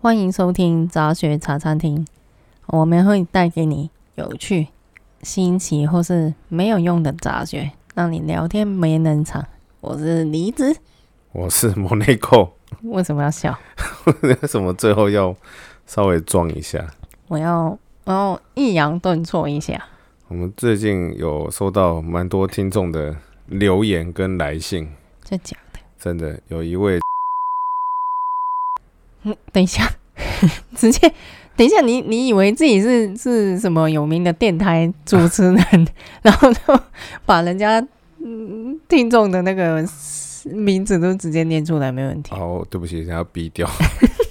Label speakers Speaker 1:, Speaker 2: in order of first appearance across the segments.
Speaker 1: 欢迎收听杂学茶餐厅，我们会带给你有趣、新奇或是没有用的杂学，让你聊天没冷场。我是梨子，
Speaker 2: 我是 莫内扣，
Speaker 1: 为什么要笑？
Speaker 2: 为什么最后要稍微装一下？
Speaker 1: 我要我要抑扬顿挫一下。
Speaker 2: 我们最近有收到蛮多听众的留言跟来信，
Speaker 1: 这假的？
Speaker 2: 真的有一位
Speaker 1: 嗯，等一下，直接等一下，你你以为自己是是什么有名的电台主持人， 然后就把人家嗯听众的那个名字都直接念出来，没问题。
Speaker 2: 哦，对不起，想要逼掉，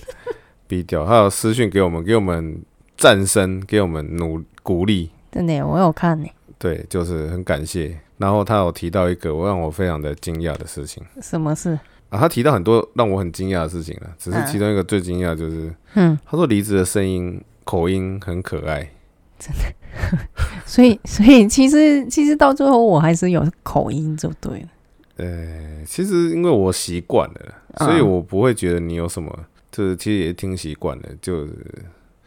Speaker 2: 逼掉，他有私讯给我们，给我们赞声，给我们努鼓励，
Speaker 1: 真的耶，我有看呢。
Speaker 2: 对，就是很感谢。然后他有提到一个我让我非常的惊讶的事情
Speaker 1: 什么事？
Speaker 2: 啊，他提到很多让我很惊讶的事情了，只是其中一个最惊讶就是
Speaker 1: 嗯，
Speaker 2: 他说离子的声音口音很可爱。
Speaker 1: 所 以所以其实其实到最后我还是有口音就对了。
Speaker 2: 呃，其实因为我习惯了，所以
Speaker 1: 嗯
Speaker 2: 我不会觉得你有什么，就是其实也听习惯了，就是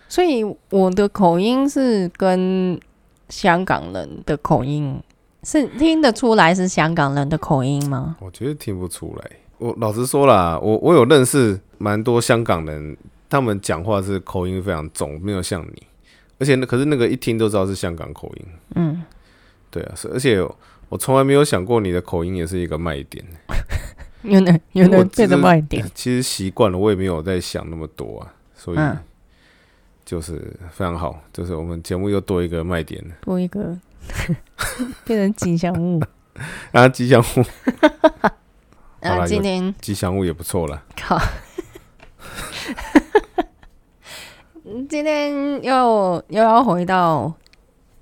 Speaker 1: 所以我的口音是跟香港人的口音是听得出来是香港人的口音吗？
Speaker 2: 我觉得听不出来。我老实说啦，我我有认识蛮多香港人，他们讲话是口音非常重，没有像你，而且那可是那个一听就知道是香港口音。
Speaker 1: 嗯，
Speaker 2: 对啊，是而且我从来没有想过你的口音也是一个卖点。
Speaker 1: 有能有
Speaker 2: 我
Speaker 1: 能
Speaker 2: 只
Speaker 1: 变
Speaker 2: 是
Speaker 1: 得慢一点。
Speaker 2: 其实习惯了，我也没有在想那么多啊，所以
Speaker 1: 嗯
Speaker 2: 就是非常好，就是我们节目又多一个卖点了。
Speaker 1: 多一个 变成吉祥物。
Speaker 2: 啊，吉祥物， 好
Speaker 1: 那
Speaker 2: 啦有
Speaker 1: 啊今天
Speaker 2: 吉祥物也不错啦。
Speaker 1: 靠，今天又又要回到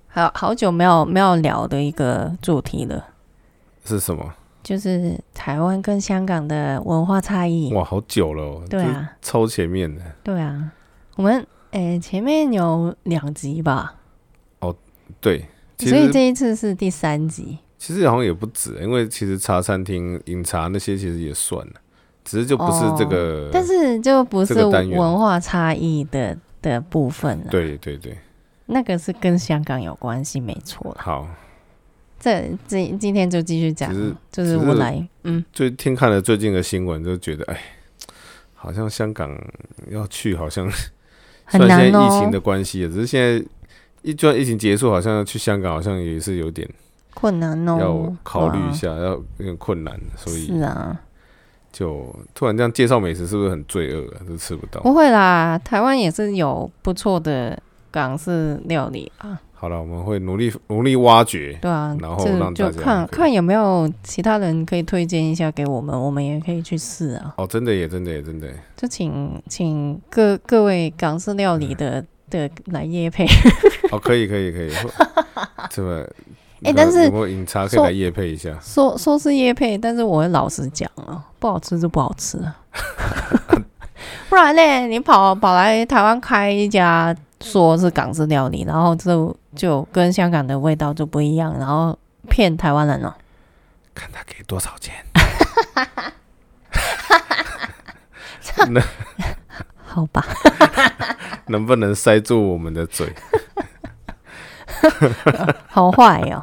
Speaker 1: 好好久没有没有聊的一个主题了。
Speaker 2: 是什么？
Speaker 1: 就是台湾跟香港的文化差异。
Speaker 2: 哇，好久了、哦，
Speaker 1: 对啊，
Speaker 2: 超前面的。
Speaker 1: 对啊，我们诶、前面有两集吧，
Speaker 2: 对，其
Speaker 1: 所以
Speaker 2: 实
Speaker 1: 这一次是第三集。
Speaker 2: 其实好像也不止，欸因为其实茶餐厅、饮茶那些其实也算了，只是就不是这个。
Speaker 1: 哦但是就不是
Speaker 2: 这个单元
Speaker 1: 文化差异的的部分了，
Speaker 2: 对对对，
Speaker 1: 那个是跟香港有关系，没错啦。
Speaker 2: 好，
Speaker 1: 这这今天就继续讲
Speaker 2: 只是，
Speaker 1: 就是
Speaker 2: 只
Speaker 1: 我
Speaker 2: 是
Speaker 1: 来，嗯，
Speaker 2: 最听看了最近的新闻，就觉得哎，好像香港要去，好像
Speaker 1: 很
Speaker 2: 虽然
Speaker 1: 难
Speaker 2: 现在疫情
Speaker 1: 哦
Speaker 2: 的，关系，只是现在一就算疫情结束，好像去香港好像也是有点
Speaker 1: 困难哦，
Speaker 2: 要考虑一
Speaker 1: 哇。
Speaker 2: 下，要有点困难，所以
Speaker 1: 是啊，
Speaker 2: 就突然这样介绍美食，是不是很罪恶啊？都吃不到。
Speaker 1: 不会啦，台湾也是有不错的港式料理啊。
Speaker 2: 好了，我们会努力努力挖掘。
Speaker 1: 对啊，
Speaker 2: 然后
Speaker 1: 这
Speaker 2: 让
Speaker 1: 就
Speaker 2: 大家
Speaker 1: 看
Speaker 2: 可以
Speaker 1: 看有没有其他人可以推荐一下给我们，我们也可以去试啊。
Speaker 2: 哦，真的耶，真的耶，真的耶。
Speaker 1: 就请请各各位港式料理
Speaker 2: 嗯
Speaker 1: 的的来夜配，
Speaker 2: 哦，可以，可以， 可以。这么，
Speaker 1: 哎但是
Speaker 2: 有没有饮茶可以
Speaker 1: 说
Speaker 2: 来夜配一下？
Speaker 1: 说说是夜配，但是我会老实讲啊，不好吃就不好 吃啊。不然嘞，你跑跑来台湾开一家说是港式料理，然后就就跟香港的味道就不一样，然后骗台湾人哦了、
Speaker 2: 看他给多少钱。
Speaker 1: 好吧，
Speaker 2: 能不能塞住我们的 嘴？
Speaker 1: 好坏哦，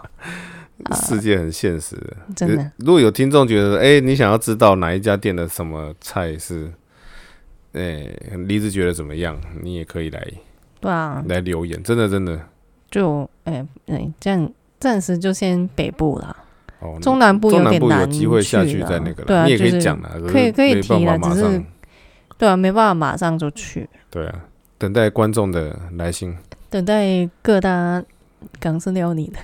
Speaker 2: 世界很现实啊的。
Speaker 1: 真的
Speaker 2: 呃。如果有听众觉得，哎、你想要知道哪一家店的什么菜是，哎、梨子觉得怎么样？你也可以来
Speaker 1: 对啊，
Speaker 2: 来留言，真的真的。
Speaker 1: 就哎哎、这样暂时就先北部啦，
Speaker 2: 哦，
Speaker 1: 中南部
Speaker 2: 中
Speaker 1: 有
Speaker 2: 南
Speaker 1: 点
Speaker 2: 部有
Speaker 1: 难
Speaker 2: 机会下去
Speaker 1: 啦
Speaker 2: 再那个啦，
Speaker 1: 对啊，
Speaker 2: 你也可
Speaker 1: 就
Speaker 2: 以
Speaker 1: 是
Speaker 2: 讲啦，可
Speaker 1: 可以可以
Speaker 2: 没办
Speaker 1: 提啦
Speaker 2: 法马
Speaker 1: 只是
Speaker 2: 上。
Speaker 1: 对啊，没办法马上就去，
Speaker 2: 对啊，等待观众的来信。
Speaker 1: 等待各大港式料理的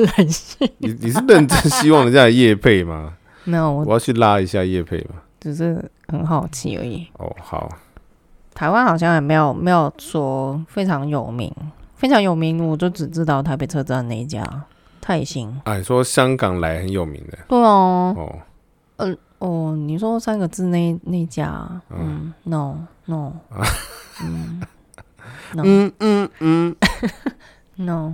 Speaker 1: 来信。
Speaker 2: 你你是认真 希望人家来夜配吗？
Speaker 1: 没有，我
Speaker 2: 我要去拉一下夜配嘛。
Speaker 1: 只是很好奇而已。
Speaker 2: 哦，好，
Speaker 1: 台湾好像也没有没有说非常有名，非常有名，我就只知道台北车站那一家泰兴。
Speaker 2: 哎，说香港来很有名的
Speaker 1: 对哦，
Speaker 2: 哦，
Speaker 1: 哦，你说三个字那那家，嗯，no no，嗯
Speaker 2: 啊嗯嗯嗯，
Speaker 1: no，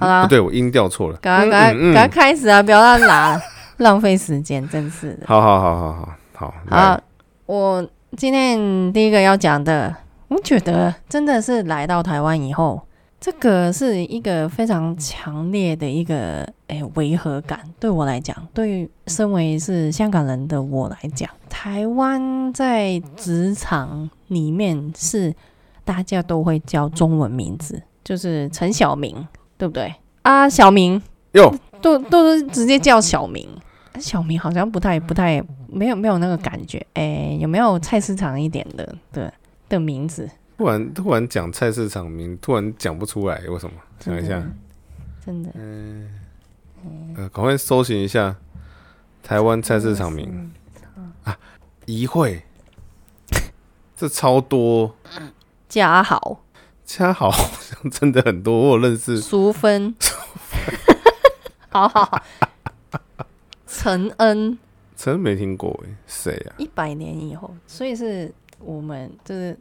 Speaker 1: 好啦
Speaker 2: 不，对，我音调错了。
Speaker 1: 赶快
Speaker 2: 嗯
Speaker 1: 赶快
Speaker 2: 嗯嗯
Speaker 1: 赶快开始啊！不要让它拉了， 浪费时间，真是的。
Speaker 2: 好好好好好好，
Speaker 1: 好
Speaker 2: 来，，
Speaker 1: 我今天第一个要讲的我觉得真的是来到台湾以后，这个是一个非常强烈的一个诶违和感。对我来讲，对于身为是香港人的我来讲，台湾在职场里面是大家都会叫中文名字，就是陈小明，对不对？啊，小明，
Speaker 2: 哟，
Speaker 1: 都都是直接叫小明，小明好像不太不太没有没有那个感觉，哎、有没有菜市场一点的的的名字？
Speaker 2: 突然突然讲菜市场名，突然讲不出来，为什么？想一下，
Speaker 1: 真的，
Speaker 2: 呃，赶快搜寻一下台湾菜市场名，啊
Speaker 1: 嗯
Speaker 2: 怡惠，这超多，
Speaker 1: 嘉豪、
Speaker 2: 恰好好像真的很多，我有认识
Speaker 1: 淑芬， 好好好，陈恩，
Speaker 2: 真没听过哎，谁呀、
Speaker 1: 一百年以后，所以是我们就是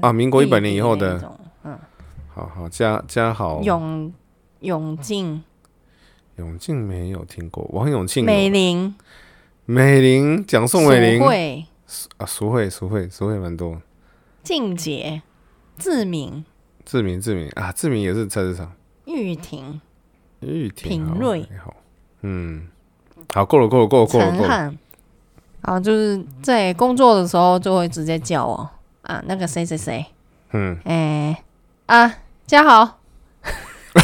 Speaker 2: 啊，民国一百年以后
Speaker 1: 弟弟那
Speaker 2: 的，哦
Speaker 1: 种，嗯，
Speaker 2: 好好嘉嘉豪，
Speaker 1: 永永靖、
Speaker 2: 永靖没有听过，王永庆有、
Speaker 1: 美玲、
Speaker 2: 美玲，讲宋美龄
Speaker 1: 淑慧、
Speaker 2: 啊，淑慧，淑慧，淑慧蛮多，
Speaker 1: 静杰、志敏、
Speaker 2: 志明，志明啊，志明也是菜市场，
Speaker 1: 玉婷、
Speaker 2: 玉婷好
Speaker 1: 品瑞
Speaker 2: 还好，嗯，好，够了，够了，够了，够了，
Speaker 1: 陈
Speaker 2: 够了，
Speaker 1: 汉，啊，就是在工作的时候就会直接叫我啊，那个谁谁谁，
Speaker 2: 嗯，
Speaker 1: 哎、啊，嘉豪，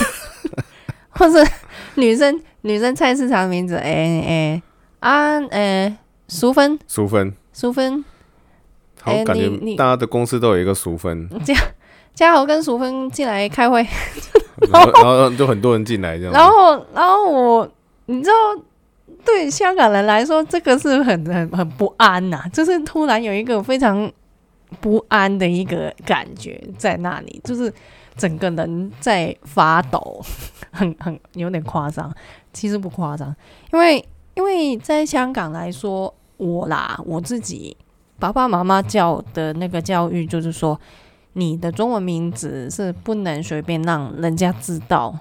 Speaker 1: 或是女生女生菜市场的名字，哎、哎、啊，哎、淑芬，
Speaker 2: 淑芬，
Speaker 1: 淑芬，
Speaker 2: 好
Speaker 1: 哎
Speaker 2: 像感觉
Speaker 1: 你你
Speaker 2: 大家的公司都有一个淑 芬，
Speaker 1: 嘉豪跟淑芬进来开会，
Speaker 2: 然后然后就很多人进来这样子，
Speaker 1: 然后然后我，你知道。对于香港人来说，这个是很很很不安呐、就是突然有一个非常不安的一个感觉在那里，就是整个人在发抖，很 很有点夸张，其实不夸张，因为因为在香港来说，我啦我自己爸爸妈妈教的那个教育就是说，你的中文名字是不能随便让人家知道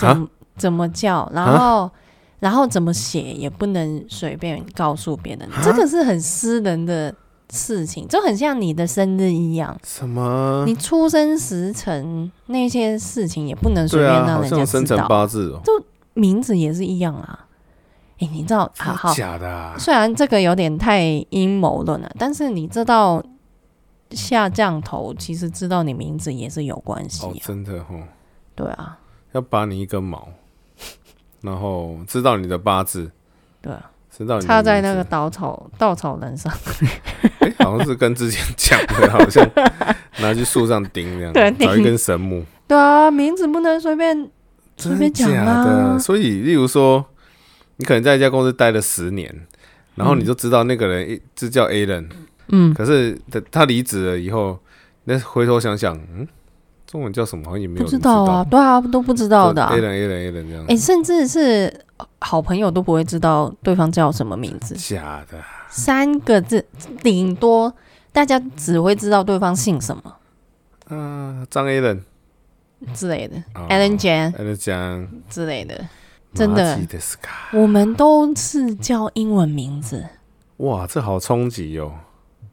Speaker 2: 啊
Speaker 1: 怎么怎么叫，然后。然后怎么写也不能随便告诉别
Speaker 2: 啊
Speaker 1: 人，这个是很私人的事情，就很像你的生日一样，
Speaker 2: 什么？
Speaker 1: 你出生时辰那些事情也不能随
Speaker 2: 对
Speaker 1: 便
Speaker 2: 啊，
Speaker 1: 让
Speaker 2: 好
Speaker 1: 人
Speaker 2: 像
Speaker 1: 家
Speaker 2: 生
Speaker 1: 知
Speaker 2: 辰
Speaker 1: 道，
Speaker 2: 八字哦，
Speaker 1: 名字也是一样啊。哎，你知道，好好，
Speaker 2: 假的啊，
Speaker 1: 虽然这个有点太阴谋论了，但是你知道下降头其实知道你名字也是有关系、啊，
Speaker 2: 哦，真的哦，
Speaker 1: 对啊，
Speaker 2: 要拔你一根毛，然后知道你的八字，
Speaker 1: 对啊，
Speaker 2: 知道你的
Speaker 1: 插在那
Speaker 2: 名字
Speaker 1: 个稻草稻草人上，
Speaker 2: 哎、好像是跟之前讲的，好像 拿去树上钉这样，
Speaker 1: 对
Speaker 2: 找一根神木，
Speaker 1: 对啊，名字不能随便随
Speaker 2: 真的
Speaker 1: 便讲
Speaker 2: 假
Speaker 1: 啊
Speaker 2: 的？所以，例如说，你可能在一家公司待了十年，然后你就知道那个人一这叫 A 人，
Speaker 1: 嗯，
Speaker 2: 可是他他离职了以后，那回头想想，嗯，中文叫什么？好像也没有
Speaker 1: 不
Speaker 2: 人
Speaker 1: 知道啊，对啊，都不知
Speaker 2: 知道，
Speaker 1: 道的、啊
Speaker 2: 就 A。人 A 人 A 人这样，
Speaker 1: 哎、甚至是好朋友都不会知道对方叫什么名字，
Speaker 2: 假的，
Speaker 1: 三个字顶多大家只会知道对方姓什么
Speaker 2: 嗯、张 A 人
Speaker 1: 之类的、
Speaker 2: 哦
Speaker 1: a l a n Jan
Speaker 2: ，A 人讲，
Speaker 1: 之类的，真的
Speaker 2: 马吉斯卡，
Speaker 1: 我们都是叫英文名字。
Speaker 2: 哇，这好冲击哦，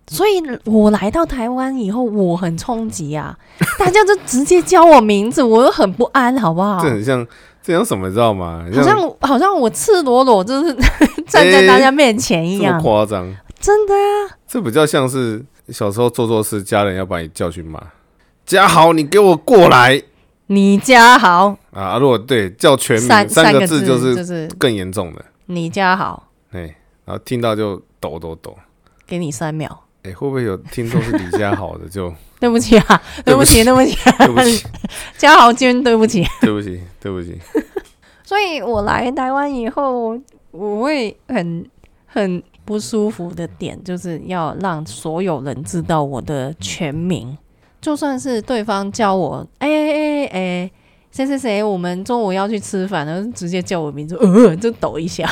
Speaker 1: 所以我来到台湾以后，我很冲击 啊！大家就直接叫我名字，我又很不安，好不好？
Speaker 2: 这很像，这像什么，你知道吗？很
Speaker 1: 好像好像我赤裸裸就是 站在大家面前一
Speaker 2: 这么
Speaker 1: 样，
Speaker 2: 夸张，
Speaker 1: 真的啊
Speaker 2: 这比较像是小时候做错事，家人要把你叫去骂。嘉豪，你给我过来
Speaker 1: 你家好，
Speaker 2: 啊！如果对叫全名
Speaker 1: 三
Speaker 2: 三
Speaker 1: 个
Speaker 2: 字，就
Speaker 1: 就是
Speaker 2: 更严重的，
Speaker 1: 你家好，
Speaker 2: 哎、然后听到就抖抖抖。
Speaker 1: 给你三秒。
Speaker 2: 哎、会不会有听众是李嘉豪 的？就
Speaker 1: 对不起啊， 对
Speaker 2: 对不
Speaker 1: 不
Speaker 2: 起
Speaker 1: 起，对不起，
Speaker 2: 对不起，
Speaker 1: 家豪君，对不起。
Speaker 2: 对不起，对不起。
Speaker 1: 所以我来台湾以后，我会很很不舒服的点，就是要让所有人知道我的全名，就算是对方叫我，哎哎哎，谁谁谁，我们中午要去吃饭，然后直接叫我名字，呃，就抖一下。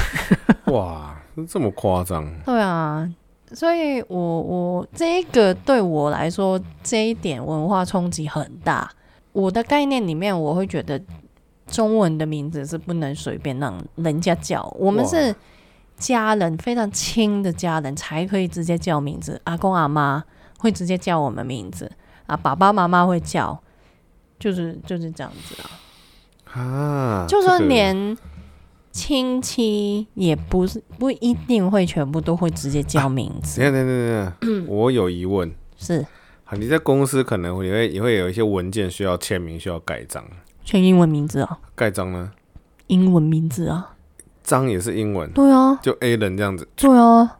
Speaker 2: 哇，这么夸张，
Speaker 1: 对啊，所以我我这一个对我来说这一点文化冲击很大。我的概念里面，我会觉得中文的名字是不能随便让人家叫，我们
Speaker 2: 哇
Speaker 1: 是家人非常亲的家人才可以直接叫名字，阿公阿妈会直接叫我们名字。啊，爸爸妈妈会叫，就是就是这样子啊。
Speaker 2: 啊，
Speaker 1: 就说
Speaker 2: 这个
Speaker 1: 连亲戚也不是不一定会全部都会直接叫名字，
Speaker 2: 等一下等一下等一
Speaker 1: 嗯
Speaker 2: 下，我有疑问。
Speaker 1: 是
Speaker 2: 好，你在公司可能也会也会有一些文件需要签名，需要盖章。
Speaker 1: 全英文名字啊，
Speaker 2: 盖章呢，
Speaker 1: 英文名字啊，
Speaker 2: 章也是英文，
Speaker 1: 对啊，
Speaker 2: 就 A 人这样子。
Speaker 1: 对啊。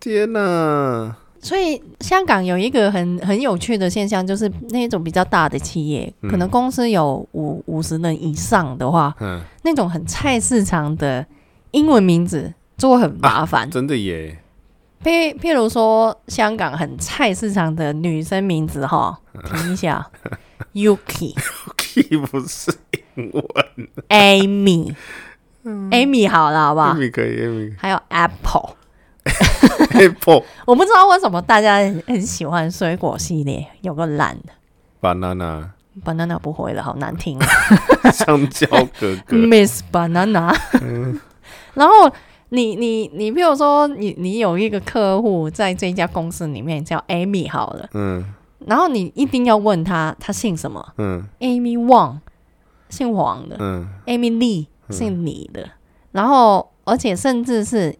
Speaker 2: 天哪、
Speaker 1: 所以香港有一个很很有趣的现象，就是那种比较大的企业，可能公司有五五十人以上的话，
Speaker 2: 嗯，
Speaker 1: 那种很菜市场的英文名字就会很麻烦。
Speaker 2: 真的耶，
Speaker 1: 譬譬如说，香港很菜市场的女生名字哈，听一下，Yuki、
Speaker 2: 屁不是英文。
Speaker 1: Amy、Amy 好了，好不好？
Speaker 2: Amy 可以，Amy
Speaker 1: 还有 Apple，
Speaker 2: Apple
Speaker 1: 我不知道为什么大家很很喜欢水果系列，有个懒的
Speaker 2: banana
Speaker 1: banana 不会了，好难听啊
Speaker 2: 香蕉哥哥，
Speaker 1: ，Miss Banana。然 后你你你，譬如说你你有一个客户在这一家公司里面叫 Amy 好了，
Speaker 2: 嗯
Speaker 1: 然后你一定要问他他姓什么。
Speaker 2: 嗯
Speaker 1: Amy Wang，姓黄的、
Speaker 2: 嗯，
Speaker 1: a m y Lee 姓李的，然后而且甚至是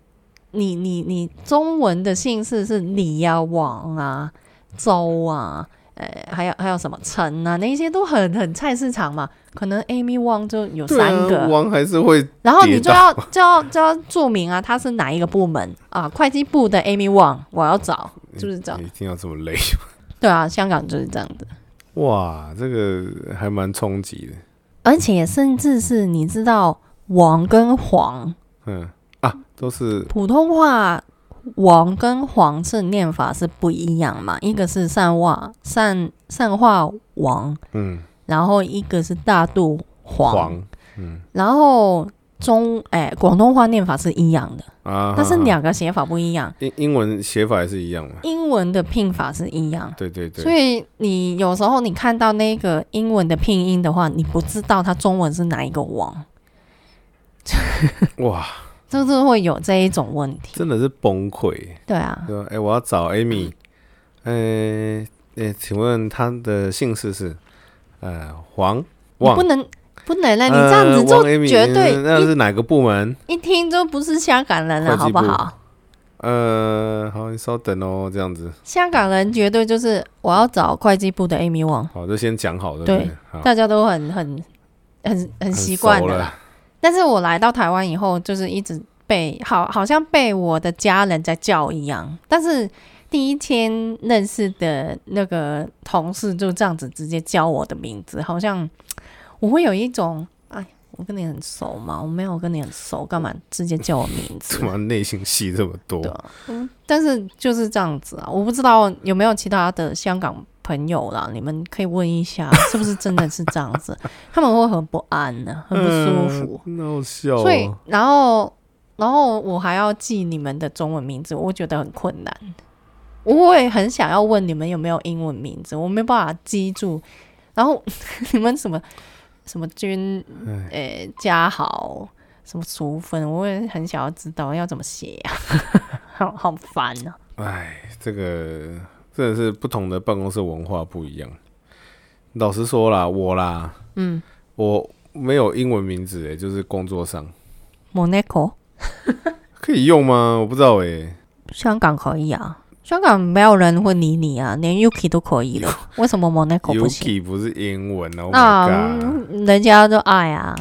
Speaker 1: 你你你中文的姓氏是李呀、王啊、周啊，呃，还有还有什么陈啊，那些都很很菜市场嘛，可能 Amy Wang 就有
Speaker 2: 对
Speaker 1: 三个，
Speaker 2: 啊，王还是会
Speaker 1: 然后你就
Speaker 2: 跌倒
Speaker 1: 要 就要就要注明啊，他是哪一个部门啊，会计部的 Amy Wang，我要找，就是这样，
Speaker 2: 一定要这么累。 嗯
Speaker 1: 对啊，香港就是这样的。
Speaker 2: 哇，这个还蛮冲击的。
Speaker 1: 而且甚至是你知道王跟黄，
Speaker 2: 嗯啊，都是
Speaker 1: 普通话王跟黄是念法是不一样嘛，一个是善化善善化王，
Speaker 2: 嗯
Speaker 1: 然后一个是大肚黄，
Speaker 2: 黄
Speaker 1: 然后中哎广东话念法是一样的，
Speaker 2: 啊，
Speaker 1: 但是
Speaker 2: 哈哈
Speaker 1: 两个写法不一样，
Speaker 2: 英英文写法也是一样嘛。
Speaker 1: 英文的拼法是一样。
Speaker 2: 对对对，
Speaker 1: 所以你有时候你看到那个英文的拼音的话，你不知道它中文是哪一个王，
Speaker 2: 哇，
Speaker 1: 就是会有这一种问题。
Speaker 2: 真的是崩溃。
Speaker 1: 对啊，
Speaker 2: 对吧，哎、我要找 Amy，呃、呃、请问她的姓氏是呃黄
Speaker 1: 你
Speaker 2: 旺
Speaker 1: 不。能不能嘞，
Speaker 2: 呃
Speaker 1: 你这样子
Speaker 2: 王
Speaker 1: 就
Speaker 2: Amy，
Speaker 1: 绝对
Speaker 2: 嗯那是哪个部门？
Speaker 1: 一听就不是香港人了，
Speaker 2: 会
Speaker 1: 好
Speaker 2: 计
Speaker 1: 不
Speaker 2: 部
Speaker 1: 好？
Speaker 2: 呃，好，你稍等哦，这样子，
Speaker 1: 香港人绝对就是我要找会计部的 Amy Wang，
Speaker 2: 好，就先讲好，对不对？
Speaker 1: 对
Speaker 2: 好，
Speaker 1: 大家都很很很很
Speaker 2: 啊很
Speaker 1: 习惯
Speaker 2: 熟
Speaker 1: 的啦。
Speaker 2: 了，
Speaker 1: 但是我来到台湾以后，就是一直被好好像被我的家人在叫一样，但是。第一天认识的那个同事就这样子直接叫我的名字，好像我会有一种，哎，我跟你很熟吗？我没有跟你很熟，干嘛直接叫我名字？
Speaker 2: 怎么内心戏这么多
Speaker 1: 对？啊，嗯，但是就是这样子啊，我不知道有没有其他的香港朋友啦，你们可以问一下，是不是真的是这样子？ 他们会很不安呢、很不舒服。
Speaker 2: 嗯，那好笑、哦。
Speaker 1: 所以，然后，然后我还要记你们的中文名字，我觉得很困难。我会很想要问你们有没有英文名字，我没办法记住。然后 你们什么什么君
Speaker 2: 哎，
Speaker 1: 呃嘉豪什么淑芬，我也很想要知道要怎么写 呀、好好烦啊！
Speaker 2: 哎，这个真的是不同的办公室文化不一样。老实说啦，我啦，
Speaker 1: 嗯
Speaker 2: 我没有英文名字诶，就是工作上
Speaker 1: ，Monaco
Speaker 2: 可以用吗？我不知道欸诶。
Speaker 1: 香港可以啊，香港没有人会理你啊，连 Yuki 都可以 了，为什么 Monaco 不行？
Speaker 2: Yuki 不是英文哦、oh、
Speaker 1: 啊，
Speaker 2: ，My God，、
Speaker 1: 嗯人家都爱啊，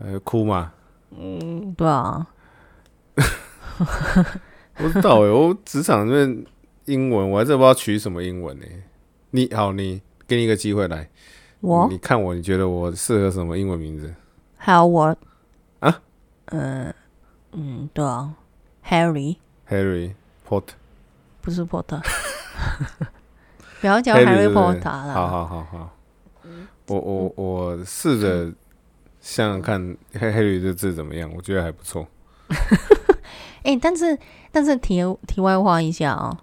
Speaker 2: 呃，哭嘛？
Speaker 1: 嗯对啊，
Speaker 2: 我不知道诶，欸 我职场里面英文，我还真不知道取什么英文呢。你好，你给你一个机会来，
Speaker 1: 我
Speaker 2: 你看我，你觉得我适合什么英文名字？
Speaker 1: 还有我
Speaker 2: 啊，
Speaker 1: 嗯嗯，对啊，Harry
Speaker 2: Harry Potter，
Speaker 1: 不是 Potter，不要叫
Speaker 2: Harry，
Speaker 1: Harry
Speaker 2: 对不对
Speaker 1: Potter 啦，
Speaker 2: 好好好好，
Speaker 1: 嗯
Speaker 2: 我我我试着想想看黑黑驴这字怎么样，我觉得还不错。
Speaker 1: 哎、但是但是题题外话一下哦，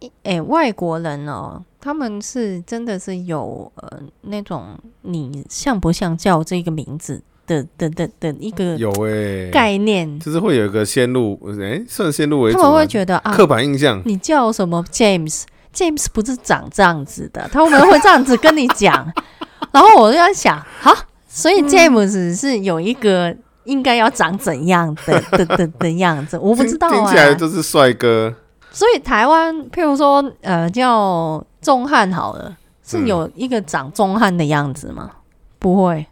Speaker 1: 一哎、外国人哦，他们是真的是有呃那种你像不像叫这个名字的的的的一个
Speaker 2: 有诶、
Speaker 1: 概念，
Speaker 2: 就是会有一个先入，诶、算先入为
Speaker 1: 他
Speaker 2: 主
Speaker 1: 们
Speaker 2: 吗
Speaker 1: 会，觉得啊，
Speaker 2: 刻板印象。
Speaker 1: 你叫什么 James， James 不是长这样子的，他为什么会这样子跟你讲？ 然后我就在想，好，所
Speaker 2: 嗯
Speaker 1: 以 James 是有一个应该要长怎样 的的的的样子，我不知道
Speaker 2: 听
Speaker 1: 啊
Speaker 2: 起。来就是帅哥，
Speaker 1: 所以台湾，譬如说，呃，叫钟汉好了，是
Speaker 2: 嗯
Speaker 1: 有一个长钟汉的样子吗？不会，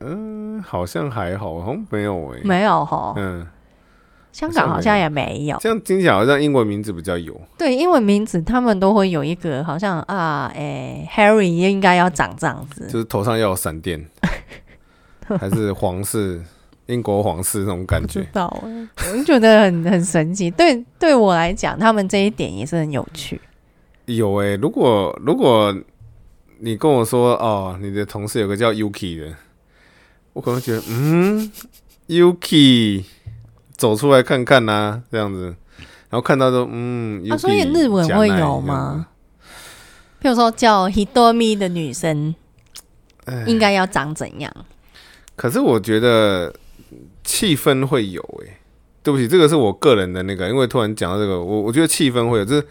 Speaker 2: 嗯，好像还好，好像没有哎、
Speaker 1: 没有哈。
Speaker 2: 嗯，
Speaker 1: 香港好像也没有。
Speaker 2: 这样听起来好像英文名字比较有，
Speaker 1: 对，英文名字他们都会有一个，好像啊，诶、h a r r y 应该要长这样子。
Speaker 2: 就是头上要有 闪电，还是皇室，英国皇室那种感
Speaker 1: 不知
Speaker 2: 觉。
Speaker 1: 道欸，我就觉得很很神奇。对，对我来讲，他们这一点也是很有趣。
Speaker 2: 有哎、如果如果你跟我说哦，你的同事有个叫 Yuki 的，我可能会觉得嗯，Yuki 走出来看看呐、这样子，然后看到说嗯，Yuki
Speaker 1: 啊，所以日文
Speaker 2: 加奈
Speaker 1: 会有吗？？譬如说叫 Hitomi 的女生
Speaker 2: 这样子哎
Speaker 1: 应该要长怎样？
Speaker 2: 可是我觉得气氛会有哎、对不起，这个是我个人的那个，因为突然讲到这个，我我觉得气氛会有，就是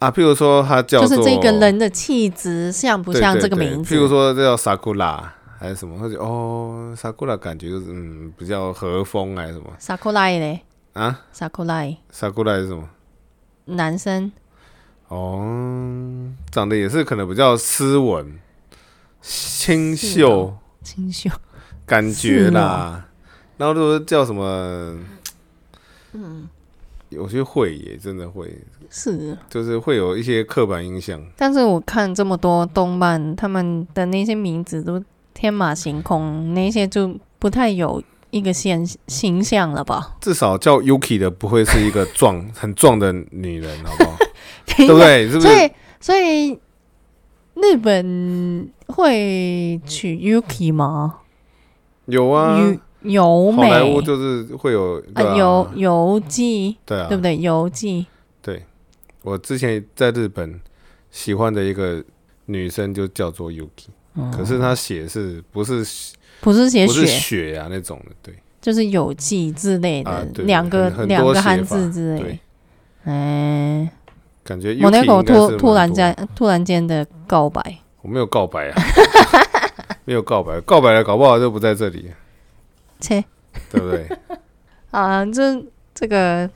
Speaker 2: 啊，譬如说他叫
Speaker 1: 就是
Speaker 2: 做
Speaker 1: 这个人的气质像不
Speaker 2: 对
Speaker 1: 像
Speaker 2: 对
Speaker 1: 这个
Speaker 2: 对
Speaker 1: 名字？
Speaker 2: 譬如说这叫 sakura 还是什么，或者哦 sakura 感觉就是嗯比较和风还是什么
Speaker 1: Sakurai 嘞
Speaker 2: 啊
Speaker 1: ，Sakurai
Speaker 2: sakura 是什么？
Speaker 1: 男生
Speaker 2: 哦，长得也是可能比较斯文、清秀
Speaker 1: 清秀，
Speaker 2: 感觉啦。然后都叫什么？嗯，
Speaker 1: 嗯
Speaker 2: 有些会耶，真的会，
Speaker 1: 是。
Speaker 2: 就是会有一些刻板印象。
Speaker 1: 但是我看这么多动漫，他们的那些名字都天马行空，那些就不太有一个现形象了吧？
Speaker 2: 至少叫 Yuki 的不会是一个壮、很壮的女人，好不 好？ 对不对？是不是
Speaker 1: 所？以，所以日本会取 Yuki 吗？
Speaker 2: 有啊，
Speaker 1: 油油
Speaker 2: 好莱坞
Speaker 1: 美
Speaker 2: 就是会有对啊
Speaker 1: 呃游游记，
Speaker 2: 对啊，
Speaker 1: 对不对？游记
Speaker 2: 我之前在日本喜欢的一个女生就叫做 Yuki，、可
Speaker 1: 哦
Speaker 2: 是她写是不是
Speaker 1: 不是写
Speaker 2: 不
Speaker 1: 雪，
Speaker 2: 是雪啊那种的？对
Speaker 1: 就是有记之类
Speaker 2: 啊
Speaker 1: 的，
Speaker 2: 对
Speaker 1: 两个
Speaker 2: 很很
Speaker 1: 两
Speaker 2: 多
Speaker 1: 个
Speaker 2: 写
Speaker 1: 汉
Speaker 2: 法
Speaker 1: 字之类
Speaker 2: 对。，
Speaker 1: 哎，
Speaker 2: 感觉 Yuki
Speaker 1: 我那口
Speaker 2: 应该是
Speaker 1: 突
Speaker 2: 蛮多
Speaker 1: 突然间突然间的告白。
Speaker 2: 我没有告白啊， 没有告白，告白了搞不好就不在这里，
Speaker 1: 切
Speaker 2: 对 不对？
Speaker 1: 啊，这这个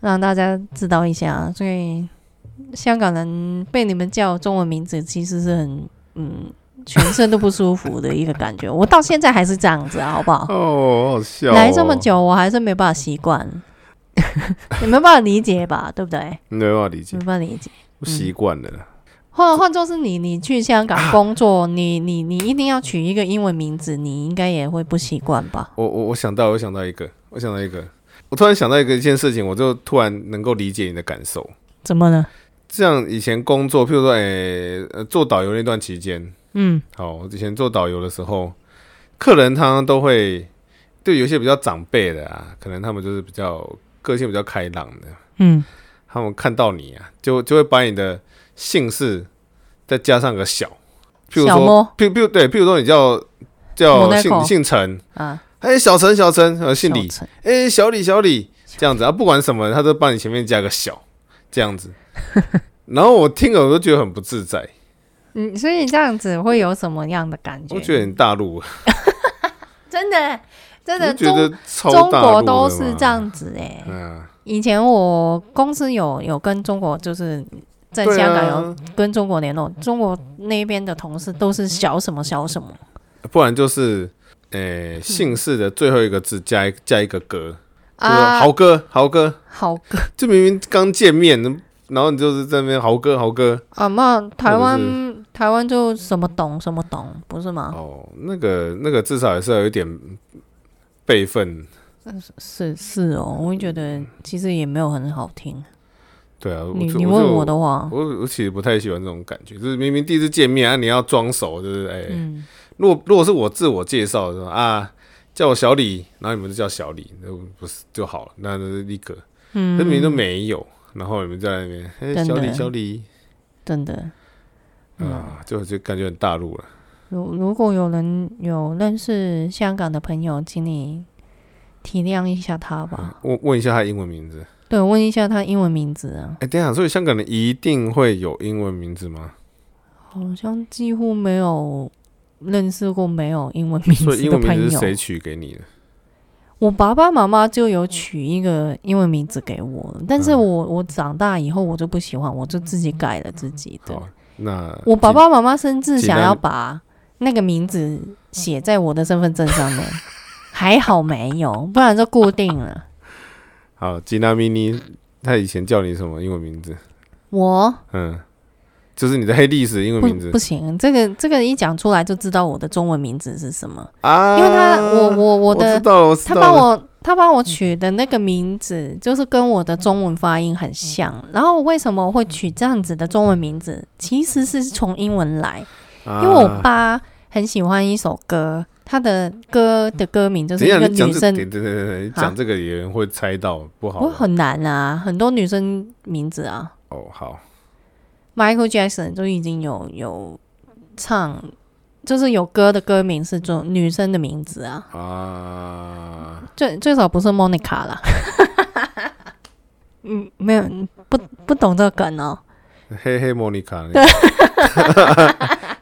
Speaker 1: 让大家知道一下，啊所以香港人被你们叫中文名字，其实是很嗯，全身都不舒服的一个感觉。我到现在还是这样子，啊好不好？
Speaker 2: 哦，好笑、
Speaker 1: 来这么，久，我还是没办法习惯，你没办法理解吧？对不对？
Speaker 2: 没办法理解
Speaker 1: 没，办法理解。
Speaker 2: 我习惯了啦。
Speaker 1: 换换作是你，你去香港工作，你你你一定要取一个英文名字，你应该也会不习惯吧？
Speaker 2: 我我我想到，我想到一个，我想到一个，我突然想到一个一件事情，我就突然能够理解你的感受。
Speaker 1: 怎么了？
Speaker 2: 这样以前工作，譬如说，诶、呃做导游那段期间，
Speaker 1: 嗯，
Speaker 2: 好，我以前做导游的时候，客人常常都会对有一些比较长辈的啊，可能他们就是比较个性比较开朗的，
Speaker 1: 嗯，
Speaker 2: 他们看到你啊，就就会把你的姓氏再加上个小，譬如
Speaker 1: 小
Speaker 2: 说
Speaker 1: 摸，
Speaker 2: 譬譬如对，譬如说你叫
Speaker 1: 某
Speaker 2: 叫
Speaker 1: 那口
Speaker 2: 姓姓陈，
Speaker 1: 啊，
Speaker 2: 哎、小陈小陈，呃，姓
Speaker 1: 小
Speaker 2: 李，
Speaker 1: 陈
Speaker 2: 哎、小李小李这样子啊，不管什么，他都帮你前面加个小这样 子。然后我听了我都觉得很不自在，
Speaker 1: 嗯，所以这样子会有什么样的感觉？
Speaker 2: 我觉得很大陆，
Speaker 1: 真的，真
Speaker 2: 我
Speaker 1: 的，
Speaker 2: 觉
Speaker 1: 中
Speaker 2: 得超
Speaker 1: 中
Speaker 2: 大陆
Speaker 1: 国
Speaker 2: 的
Speaker 1: 都
Speaker 2: 嘛
Speaker 1: 是这。样子哎、
Speaker 2: 嗯，
Speaker 1: 以前我公司有有跟中国，就是在
Speaker 2: 对
Speaker 1: 香港
Speaker 2: 啊
Speaker 1: 有跟中国联络，中国那边的同事都是小什么小什么，
Speaker 2: 不然就是，
Speaker 1: 嗯
Speaker 2: 诶、姓氏的最后一个字加一加一个哥，就是
Speaker 1: 啊，
Speaker 2: 豪哥，豪哥，
Speaker 1: 好
Speaker 2: 就明明刚见面，然后你就是在那边豪哥，豪哥。
Speaker 1: 啊，那台
Speaker 2: 或者
Speaker 1: 湾台湾就什么懂什么懂，不是吗？
Speaker 2: 哦，那个那个至少也是要有一点辈分，
Speaker 1: 是是哦，我会觉得其实也没有很好听。
Speaker 2: 对啊。我
Speaker 1: 你
Speaker 2: 就
Speaker 1: 你
Speaker 2: 我
Speaker 1: 问
Speaker 2: 就
Speaker 1: 我的话，
Speaker 2: 我我其实不太喜欢这种感觉，就是明明第一次见面啊，你要装熟，就是哎、
Speaker 1: 嗯，
Speaker 2: 如果如果是我自我介绍说啊，叫我小李，然后你们就叫小李，那不是就好了，那就是立刻，
Speaker 1: 嗯
Speaker 2: 那明明都没有，然后你们在那边，
Speaker 1: 真
Speaker 2: 哎、
Speaker 1: 的嗯
Speaker 2: 小李小李
Speaker 1: 真的。
Speaker 2: 啊，就就感觉很大陆了，
Speaker 1: 如如果有人有认识香港的朋友，请你体谅一下他吧。
Speaker 2: 嗯问问一下他英文名字，
Speaker 1: 对，问一下他英文名字啊，
Speaker 2: 哎、等一下，所以香港人一定会有英文名字吗？
Speaker 1: 好像几乎没有认识过没有英文名字
Speaker 2: 所以英
Speaker 1: 的
Speaker 2: 文名
Speaker 1: 朋
Speaker 2: 字是谁
Speaker 1: 友。
Speaker 2: 取给你的？
Speaker 1: 我爸爸妈妈就有取一个英文名字给我，但是
Speaker 2: 嗯
Speaker 1: 我我长大以后我就不喜欢，我就自己改了自己的。
Speaker 2: 嗯好，那
Speaker 1: 我爸爸妈妈甚至
Speaker 2: 济
Speaker 1: 想
Speaker 2: 南
Speaker 1: 要把那个名字写在我的身份证上面，还好没有，不然就固定 了。
Speaker 2: 好吉娜米尼，他以前叫你什么英文名字？
Speaker 1: 我
Speaker 2: 嗯，就是你的黑历史英文
Speaker 1: 不
Speaker 2: 名字
Speaker 1: 不行，这个这个一讲出来就知道我的中文名字是什么，
Speaker 2: 啊，
Speaker 1: 因为他我我我
Speaker 2: 我
Speaker 1: 的
Speaker 2: 知道了，我知
Speaker 1: 他
Speaker 2: 道
Speaker 1: 帮
Speaker 2: 了
Speaker 1: 我他帮我取的那个名字，就是跟我的中文发音很
Speaker 2: 嗯
Speaker 1: 像。然后为什么我会取这样子的中文名字？其实是从英文来，因为我
Speaker 2: 啊
Speaker 1: 爸很喜欢一首歌，他的歌的歌名就是
Speaker 2: 等
Speaker 1: 一
Speaker 2: 一下
Speaker 1: 个
Speaker 2: 你讲
Speaker 1: 女
Speaker 2: 这，
Speaker 1: 生啊
Speaker 2: 对对对对，你讲这个有人会猜到，不好
Speaker 1: 我
Speaker 2: 玩。
Speaker 1: 很难啊，很多女生名字啊
Speaker 2: 哦，好，
Speaker 1: ，Michael Jackson 就已经有有唱，就是有歌的歌名是中
Speaker 2: 嗯
Speaker 1: 女生的名字啊，
Speaker 2: 啊，
Speaker 1: 最最少不是 Monica 啦。嗯，没有不不懂这个梗哦。
Speaker 2: 嘿嘿，莫妮 卡，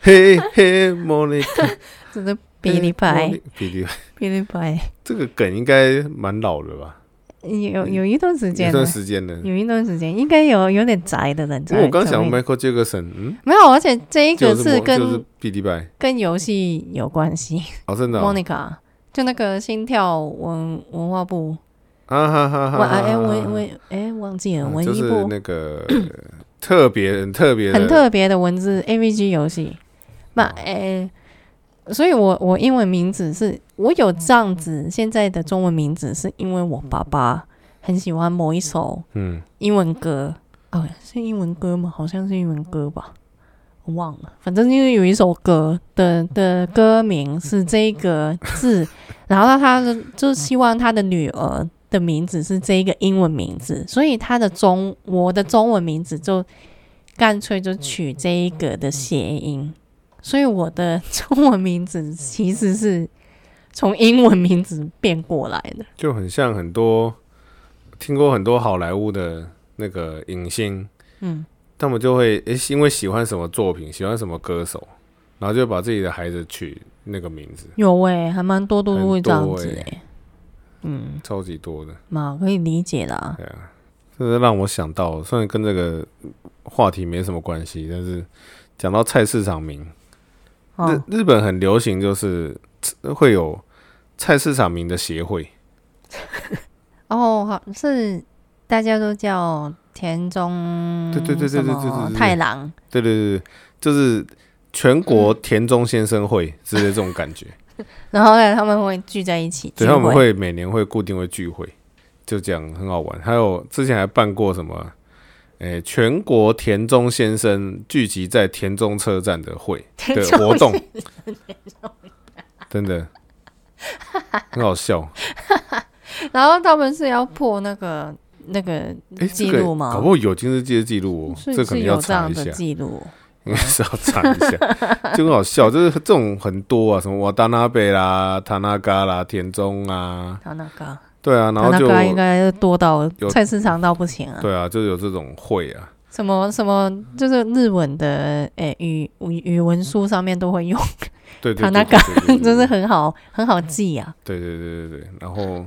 Speaker 2: 嘿嘿，莫妮卡，
Speaker 1: 真的哔哩拍，
Speaker 2: 嘿，比利派，
Speaker 1: 哔哩拍，
Speaker 2: 这个梗应该蛮老的吧？
Speaker 1: 有有一段时
Speaker 2: 嗯一
Speaker 1: 间
Speaker 2: 段
Speaker 1: 了，
Speaker 2: 时间了。
Speaker 1: 有一段时间应该有有点宅的人
Speaker 2: 因
Speaker 1: 才会。
Speaker 2: 为我刚想 Michael Jackson，嗯，
Speaker 1: 没有，而且这一
Speaker 2: 就
Speaker 1: 个
Speaker 2: 是莫
Speaker 1: 跟、
Speaker 2: 就是比利拜，
Speaker 1: 跟游戏有关系。
Speaker 2: 哦，真的哦，
Speaker 1: Monica 就那个心跳文文化部，
Speaker 2: 啊哈哈
Speaker 1: 我
Speaker 2: 哈，
Speaker 1: 哎哎
Speaker 2: 哈
Speaker 1: 文文哎忘记了
Speaker 2: 嗯
Speaker 1: 文
Speaker 2: 就
Speaker 1: 艺
Speaker 2: 是
Speaker 1: 部，
Speaker 2: 那个 特别很特别的，哦
Speaker 1: 很特别的文字 AVG 游戏。那哎。所以我，我英文名字是我有这样子，现在的中文名字是因为我爸爸很喜欢某一首
Speaker 2: 嗯，
Speaker 1: 英文歌，哦，是英文歌吗？好像是英文歌吧，我忘了。反正就是有一首歌的的歌名是这个字， 然后他的就希望他的女儿的名字是这个英文名字，所以他的中我的中文名字就干脆就取这一个的谐音，所以我的中文名字其实是从英文名字变过来的。
Speaker 2: 就很像很多听过很多好莱坞的那个影星，
Speaker 1: 嗯，
Speaker 2: 他们就会诶、因为喜欢什么作品，喜欢什么歌手，然后就把自己的孩子取那个名字，
Speaker 1: 有诶、还蛮多都会这样子
Speaker 2: 很
Speaker 1: 诶、
Speaker 2: 多欸
Speaker 1: 嗯，
Speaker 2: 超级多的，
Speaker 1: 嘛可以理解啦。
Speaker 2: 对啊，这是让我想到，虽然跟这个话题没什么关系，但是讲到菜市场名，日
Speaker 1: 哦，
Speaker 2: 日本很流行，就是呃会有菜市场名的协会，
Speaker 1: 哦，好是大家都叫田中
Speaker 2: 对对对对对
Speaker 1: 什么
Speaker 2: 对对对对
Speaker 1: 太郎，
Speaker 2: 对对对对，就是全国田中先生会之类这种感觉。
Speaker 1: 然后呢他们会聚在一起聚
Speaker 2: 对，
Speaker 1: 会，
Speaker 2: 他们会每年会固定会聚会，就这样很好玩。还有之前还办过什么，诶、全国田中先生聚集在田中车站的 会
Speaker 1: 田
Speaker 2: 的
Speaker 1: 中
Speaker 2: 活动，真的很好笑。
Speaker 1: 然后他们是要破那个那个
Speaker 2: 诶，
Speaker 1: 记
Speaker 2: 这个
Speaker 1: 录吗
Speaker 2: 搞不好有金日记的记录哦，
Speaker 1: 是
Speaker 2: 这可
Speaker 1: 是
Speaker 2: 能要
Speaker 1: 有这
Speaker 2: 查
Speaker 1: 样
Speaker 2: 一下
Speaker 1: 的，记录，
Speaker 2: 应该是要查一下，就很好笑。就是这种很多啊，什么瓦达纳贝啦、塔纳嘎啦、田中啊，
Speaker 1: 他那个
Speaker 2: 对啊，然
Speaker 1: 他
Speaker 2: 后
Speaker 1: 那
Speaker 2: 就
Speaker 1: 个应该多到
Speaker 2: 有
Speaker 1: 菜市场到不行啊。
Speaker 2: 对啊，就有这种会啊。
Speaker 1: 什么什么，就是日文的诶、语语语文书上面都会用，
Speaker 2: 对对
Speaker 1: 他
Speaker 2: 对
Speaker 1: 那
Speaker 2: 对
Speaker 1: 个
Speaker 2: 对 对对
Speaker 1: 真是很好很好记啊。
Speaker 2: 对对对对对，然后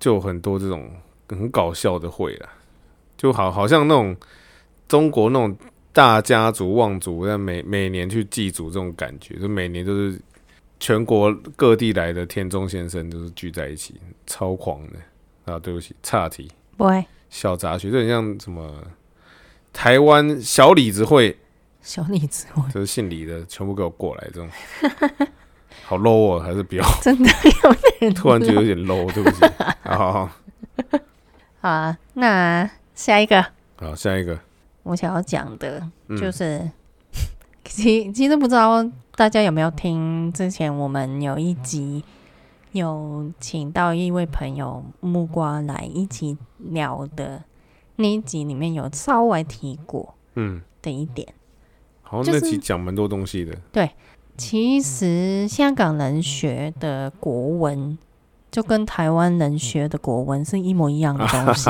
Speaker 2: 就有很多这种很搞笑的会啦，就好好像那种中国那种大家族望族，但每每年去祭祖这种感觉，就每年都是全国各地来的天中先生就是聚在一起，超狂的啊！对不起，岔题，
Speaker 1: 不会
Speaker 2: 小杂学，就很像什么台湾小李子会，
Speaker 1: 小李子我
Speaker 2: 就是姓李的全部给我过来，这种好 low 啊，还是不要。
Speaker 1: 真 的有点
Speaker 2: 突然觉得有点 low，对不起。好好好，
Speaker 1: 好啊，那下一个
Speaker 2: 好，下一个，
Speaker 1: 我想要讲的
Speaker 2: 嗯，
Speaker 1: 就是，其其实不知道大家有没有听，之前我们有一集有请到一位朋友木瓜来一起聊的那一集里面有稍微提过
Speaker 2: 嗯，
Speaker 1: 的一点。
Speaker 2: 好，
Speaker 1: 就是
Speaker 2: 那期讲蛮多东西的，
Speaker 1: 其实香港人学的国文就跟台湾人学的国文是一模一样的东西。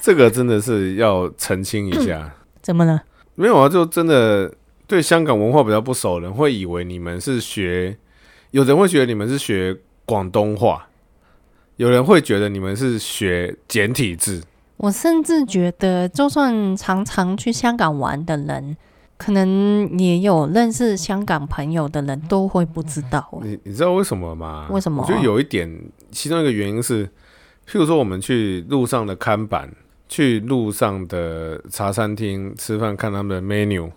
Speaker 2: 这个真的是要澄清一 下。
Speaker 1: 怎么了？
Speaker 2: 没有啊，就真的对香港文化比较不熟的人会以为你们是学，有人会觉得你们是学广东话，有人会觉得你们是学简体字。
Speaker 1: 我甚至觉得，就算常常去香港玩的人，可能也有认识香港朋友的人都会不知道。
Speaker 2: 你你知道为什么吗？
Speaker 1: 为什么
Speaker 2: 我觉得有一点，其中一个原因是，譬如说我们去路上的看板，去路上的茶餐厅吃饭，看他们的 menu，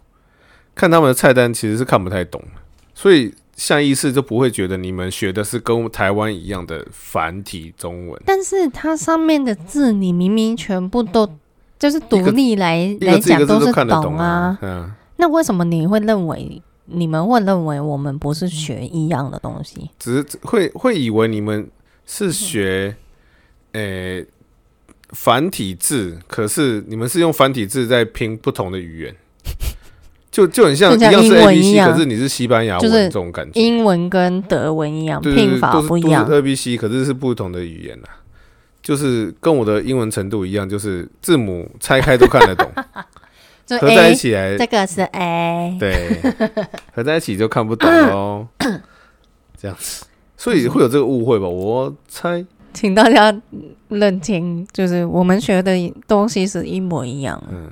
Speaker 2: 看他们的菜单，其实是看不太懂的，所以下意识就不会觉得你们学的是跟台湾一样的繁体中文。
Speaker 1: 但是它上面的字，你明明全部都就是独
Speaker 2: 一个
Speaker 1: 立来
Speaker 2: 一
Speaker 1: 来
Speaker 2: 个字一
Speaker 1: 讲
Speaker 2: 个字
Speaker 1: 是
Speaker 2: 都看得
Speaker 1: 懂
Speaker 2: 啊
Speaker 1: 啊，，
Speaker 2: 嗯，
Speaker 1: 那为什么你会认为你们会认为我们不是学一样的东西？
Speaker 2: 只是只会会以为你们是学，
Speaker 1: 嗯
Speaker 2: 诶、繁体字，可是你们是用繁体字在拼不同的语言，就就很像
Speaker 1: 就像
Speaker 2: 样是
Speaker 1: 英
Speaker 2: A
Speaker 1: 文
Speaker 2: B
Speaker 1: 一
Speaker 2: C，
Speaker 1: 样
Speaker 2: 可是你是西班牙文
Speaker 1: 就是
Speaker 2: 这种感觉，
Speaker 1: 英文跟德文一样，
Speaker 2: 嗯对对
Speaker 1: 拼
Speaker 2: 对，
Speaker 1: 法
Speaker 2: 都是
Speaker 1: 不一
Speaker 2: 都是呃
Speaker 1: 样。
Speaker 2: A B C，可是是不同的语言啦、啊就是跟我的英文程度一样，就是字母拆开都看得懂，
Speaker 1: 就
Speaker 2: 合在
Speaker 1: A
Speaker 2: 一起来
Speaker 1: 这个是 A，
Speaker 2: 对，合在一起就看不懂 喽。这样子，所以会有这个误会吧？我猜，
Speaker 1: 请大家认清，就是我们学的东西是一模一样的。
Speaker 2: 嗯，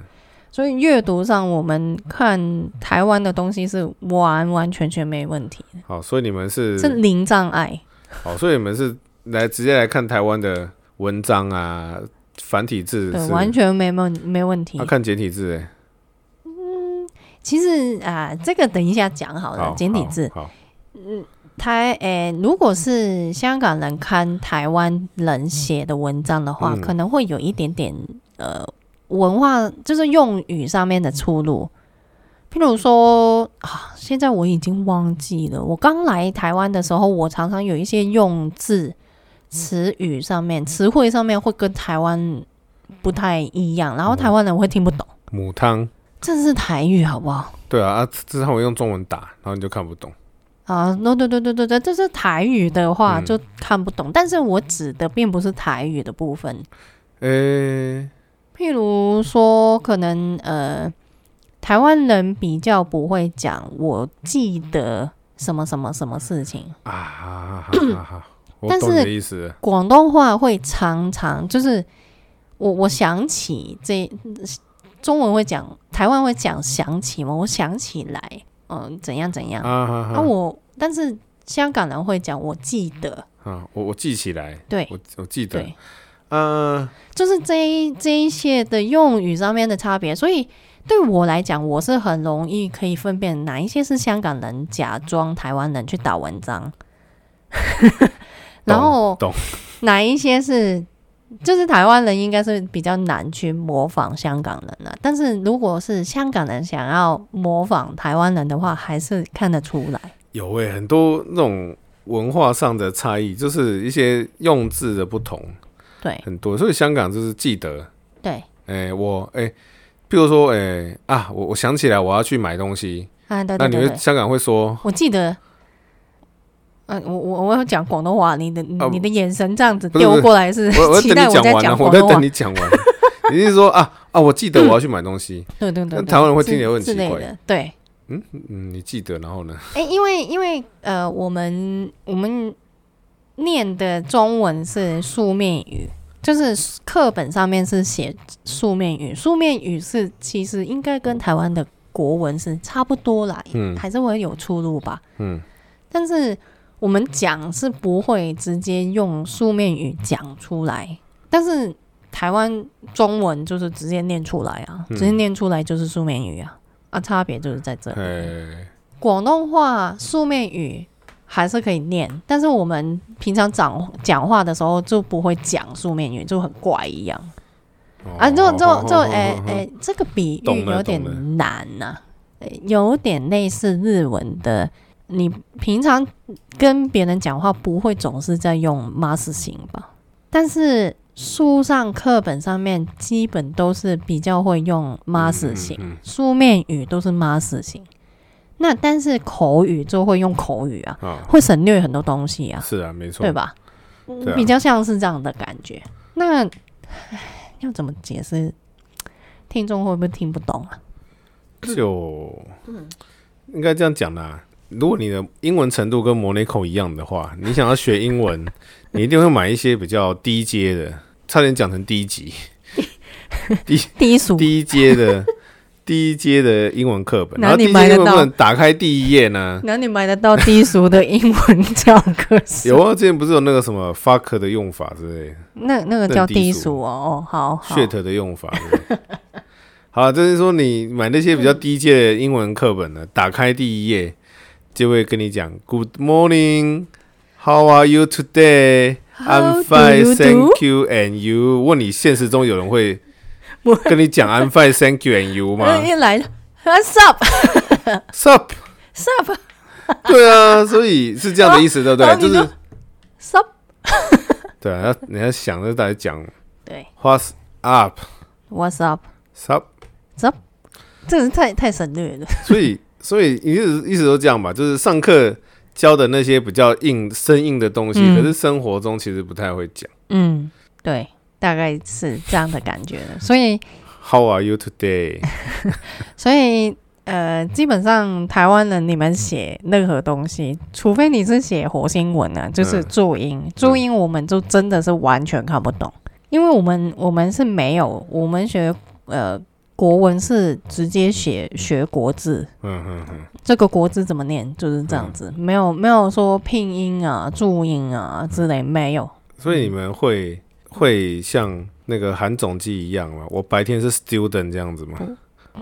Speaker 1: 所以阅读上，我们看台湾的东西是完完全全没问题的，
Speaker 2: 好，所以你们
Speaker 1: 是
Speaker 2: 是
Speaker 1: 零障碍。
Speaker 2: 好，所以你们是来直接来看台湾的文章啊，繁体字
Speaker 1: 对，
Speaker 2: 是，
Speaker 1: 完全没问没问题
Speaker 2: 啊、。看简体字、欸，
Speaker 1: 其实啊、这个等一下讲好了。
Speaker 2: 好，
Speaker 1: 哦简体字，
Speaker 2: 好，好
Speaker 1: 台诶、如果是香港人看台湾人写的文章的话，
Speaker 2: 嗯
Speaker 1: 可能会有一点点呃文化，就是用语上面的出入。譬如说啊，现在我已经忘记了，我刚来台湾的时候，我常常有一些用字、词语上面、词汇上面会跟台湾不太一样，然后台湾人会听不懂，
Speaker 2: 母汤，
Speaker 1: 这是台语好不好？
Speaker 2: 对啊，啊，这他我用中文打，然后你就看不懂，
Speaker 1: 啊，那对对对对对，这是台语的话
Speaker 2: 嗯
Speaker 1: 就看不懂，但是我指的并不是台语的部分，
Speaker 2: 诶、
Speaker 1: 譬如说可能呃，台湾人比较不会讲，我记得什么什么什么事情，
Speaker 2: 啊，哈哈哈哈哈，我
Speaker 1: 但
Speaker 2: 懂你
Speaker 1: 是
Speaker 2: 的意思了，
Speaker 1: 广东话会常常就是我我想起这中文会讲，台湾会讲想起吗？我想起来，嗯、怎样怎样，
Speaker 2: 啊哈
Speaker 1: 啊
Speaker 2: 哈，
Speaker 1: 我但是香港人会讲我记得，
Speaker 2: 啊，我我记起来，
Speaker 1: 对
Speaker 2: 我我记得
Speaker 1: 对。，
Speaker 2: 嗯、
Speaker 1: 就是这一这一些的用语上面的差别，所以对我来讲，我是很容易可以分辨哪一些是香港人假装台湾人去打文 章，然后
Speaker 2: 懂
Speaker 1: 哪一些是就是台湾人应该是比较难去模仿香港人了、但是如果是香港人想要模仿台湾人的话，还是看得出来。
Speaker 2: 有诶、很多那种文化上的差异，就是一些用字的不同，
Speaker 1: 对
Speaker 2: 很多。所以香港就是记得，
Speaker 1: 对，
Speaker 2: 诶、我诶、譬如说，诶、啊，我我想起来我要去买东西，
Speaker 1: 啊对对
Speaker 2: 那你
Speaker 1: 对
Speaker 2: 会
Speaker 1: 对，
Speaker 2: 香港会说，
Speaker 1: 我记得。嗯、我我我有讲广东话，你的你
Speaker 2: 啊
Speaker 1: 你的眼神这样子
Speaker 2: 不是不
Speaker 1: 丢
Speaker 2: 是
Speaker 1: 过来是
Speaker 2: 我我
Speaker 1: 期
Speaker 2: 在
Speaker 1: 待
Speaker 2: 等你
Speaker 1: 我在
Speaker 2: 完
Speaker 1: 讲
Speaker 2: 啊，我
Speaker 1: 广
Speaker 2: 在
Speaker 1: 东话
Speaker 2: 等，你讲完。 你是说啊啊，我记得我要去买东西，
Speaker 1: 对嗯对对，
Speaker 2: 但
Speaker 1: 对
Speaker 2: 台湾人会
Speaker 1: 之
Speaker 2: 听起来会很
Speaker 1: 之
Speaker 2: 奇
Speaker 1: 类
Speaker 2: 怪
Speaker 1: 的，对，
Speaker 2: 嗯，你记得，然后呢？
Speaker 1: 哎、因为因为呃，我们我们念的中文是书面语，就是课本上面是写书面语，书面语是其实应该跟台湾的国文是差不多啦，
Speaker 2: 嗯
Speaker 1: 还是会有出入吧。
Speaker 2: 嗯，
Speaker 1: 但是我们讲是不会直接用书面语讲出来，但是台湾中文就是直接念出来啊，
Speaker 2: 嗯
Speaker 1: 直接念出来就是书面语啊，啊，差别就是在这里。
Speaker 2: 诶、
Speaker 1: 广东话书面语还是可以念，但是我们平常讲讲话的时候就不会讲书面语，就很怪一样
Speaker 2: 哦
Speaker 1: 啊。就就就哎哎、这个比
Speaker 2: 懂
Speaker 1: 喻
Speaker 2: 了
Speaker 1: 有点
Speaker 2: 懂了
Speaker 1: 难呐、呃有点类似日文的。你平常跟别人讲话不会总是在用 mas 型吧？但是书上课本上面基本都是比较会用 mas 型。
Speaker 2: 嗯嗯嗯
Speaker 1: 书面语都是 mas 型，那但是口语就会用口语啊，
Speaker 2: 啊，
Speaker 1: 会省略很多东西啊，
Speaker 2: 是啊，没错，
Speaker 1: 对？吧？
Speaker 2: 对啊
Speaker 1: 比较像是这样的感觉。那唉要怎么解释？听众会不会听不懂啊？
Speaker 2: 就应该这样讲啦。如果你的英文程度跟模拟口一样的话，你想要学英文，你一定会买一些比较低阶的，差点讲成低级、
Speaker 1: 低 俗
Speaker 2: 低阶的、低阶的英文课本。
Speaker 1: 哪
Speaker 2: 然后
Speaker 1: 里
Speaker 2: 低
Speaker 1: 买
Speaker 2: 阶
Speaker 1: 得
Speaker 2: 英文课
Speaker 1: 到
Speaker 2: 本打开第一页呢，
Speaker 1: 哪里买得到低俗的英文教科书？
Speaker 2: 有啊，之前不是有那个什么 fuck 的用法之类的
Speaker 1: 那那个
Speaker 2: 更
Speaker 1: 叫
Speaker 2: 低
Speaker 1: 低
Speaker 2: 俗
Speaker 1: 俗哦，哦，好好，
Speaker 2: ，shit 的用法之类的。 好啊，就是说你买那些比较低阶的英文课本呢，打开第一页就会跟你讲 Good morning, How are you today?
Speaker 1: How
Speaker 2: I'm
Speaker 1: do you
Speaker 2: fine,
Speaker 1: do？
Speaker 2: thank you, and you。问你现实中有人会
Speaker 1: 不
Speaker 2: 跟你讲 I'm fine, thank you, and you 吗
Speaker 1: 呃一来，What's up？
Speaker 2: ？Sup？
Speaker 1: Sup？
Speaker 2: 对啊，所以是这样的意思，对不
Speaker 1: 然
Speaker 2: 对？
Speaker 1: 后
Speaker 2: 就
Speaker 1: 哦你
Speaker 2: 是
Speaker 1: 说 Sup？
Speaker 2: 对啊，要你要想着大家讲
Speaker 1: 对
Speaker 2: What's up,
Speaker 1: ，What's up？Sup？
Speaker 2: sup？
Speaker 1: 这个太太省略了。
Speaker 2: 所以， 所以一直一直都这样吧，就是上课教的那些比较硬、生硬的东西，
Speaker 1: 嗯
Speaker 2: 可是生活中其实不太会讲。
Speaker 1: 嗯，对，大概是这样的感觉的。所以，
Speaker 2: How are you today？
Speaker 1: 所以呃，基本上台湾人你们写任何东西，除非你是写火星文啊，就是
Speaker 2: 嗯
Speaker 1: 注音，注音我们就真的是完全看不懂，因为我们我们是没有，我们学呃国文是直接写学国字。
Speaker 2: 嗯嗯嗯，
Speaker 1: 这个国字怎么念，就是这样子，没有没有说拼音啊、注音啊之类，没有。
Speaker 2: 所以你们会会像那个韩总机一样吗？我白天是 student 这样子吗？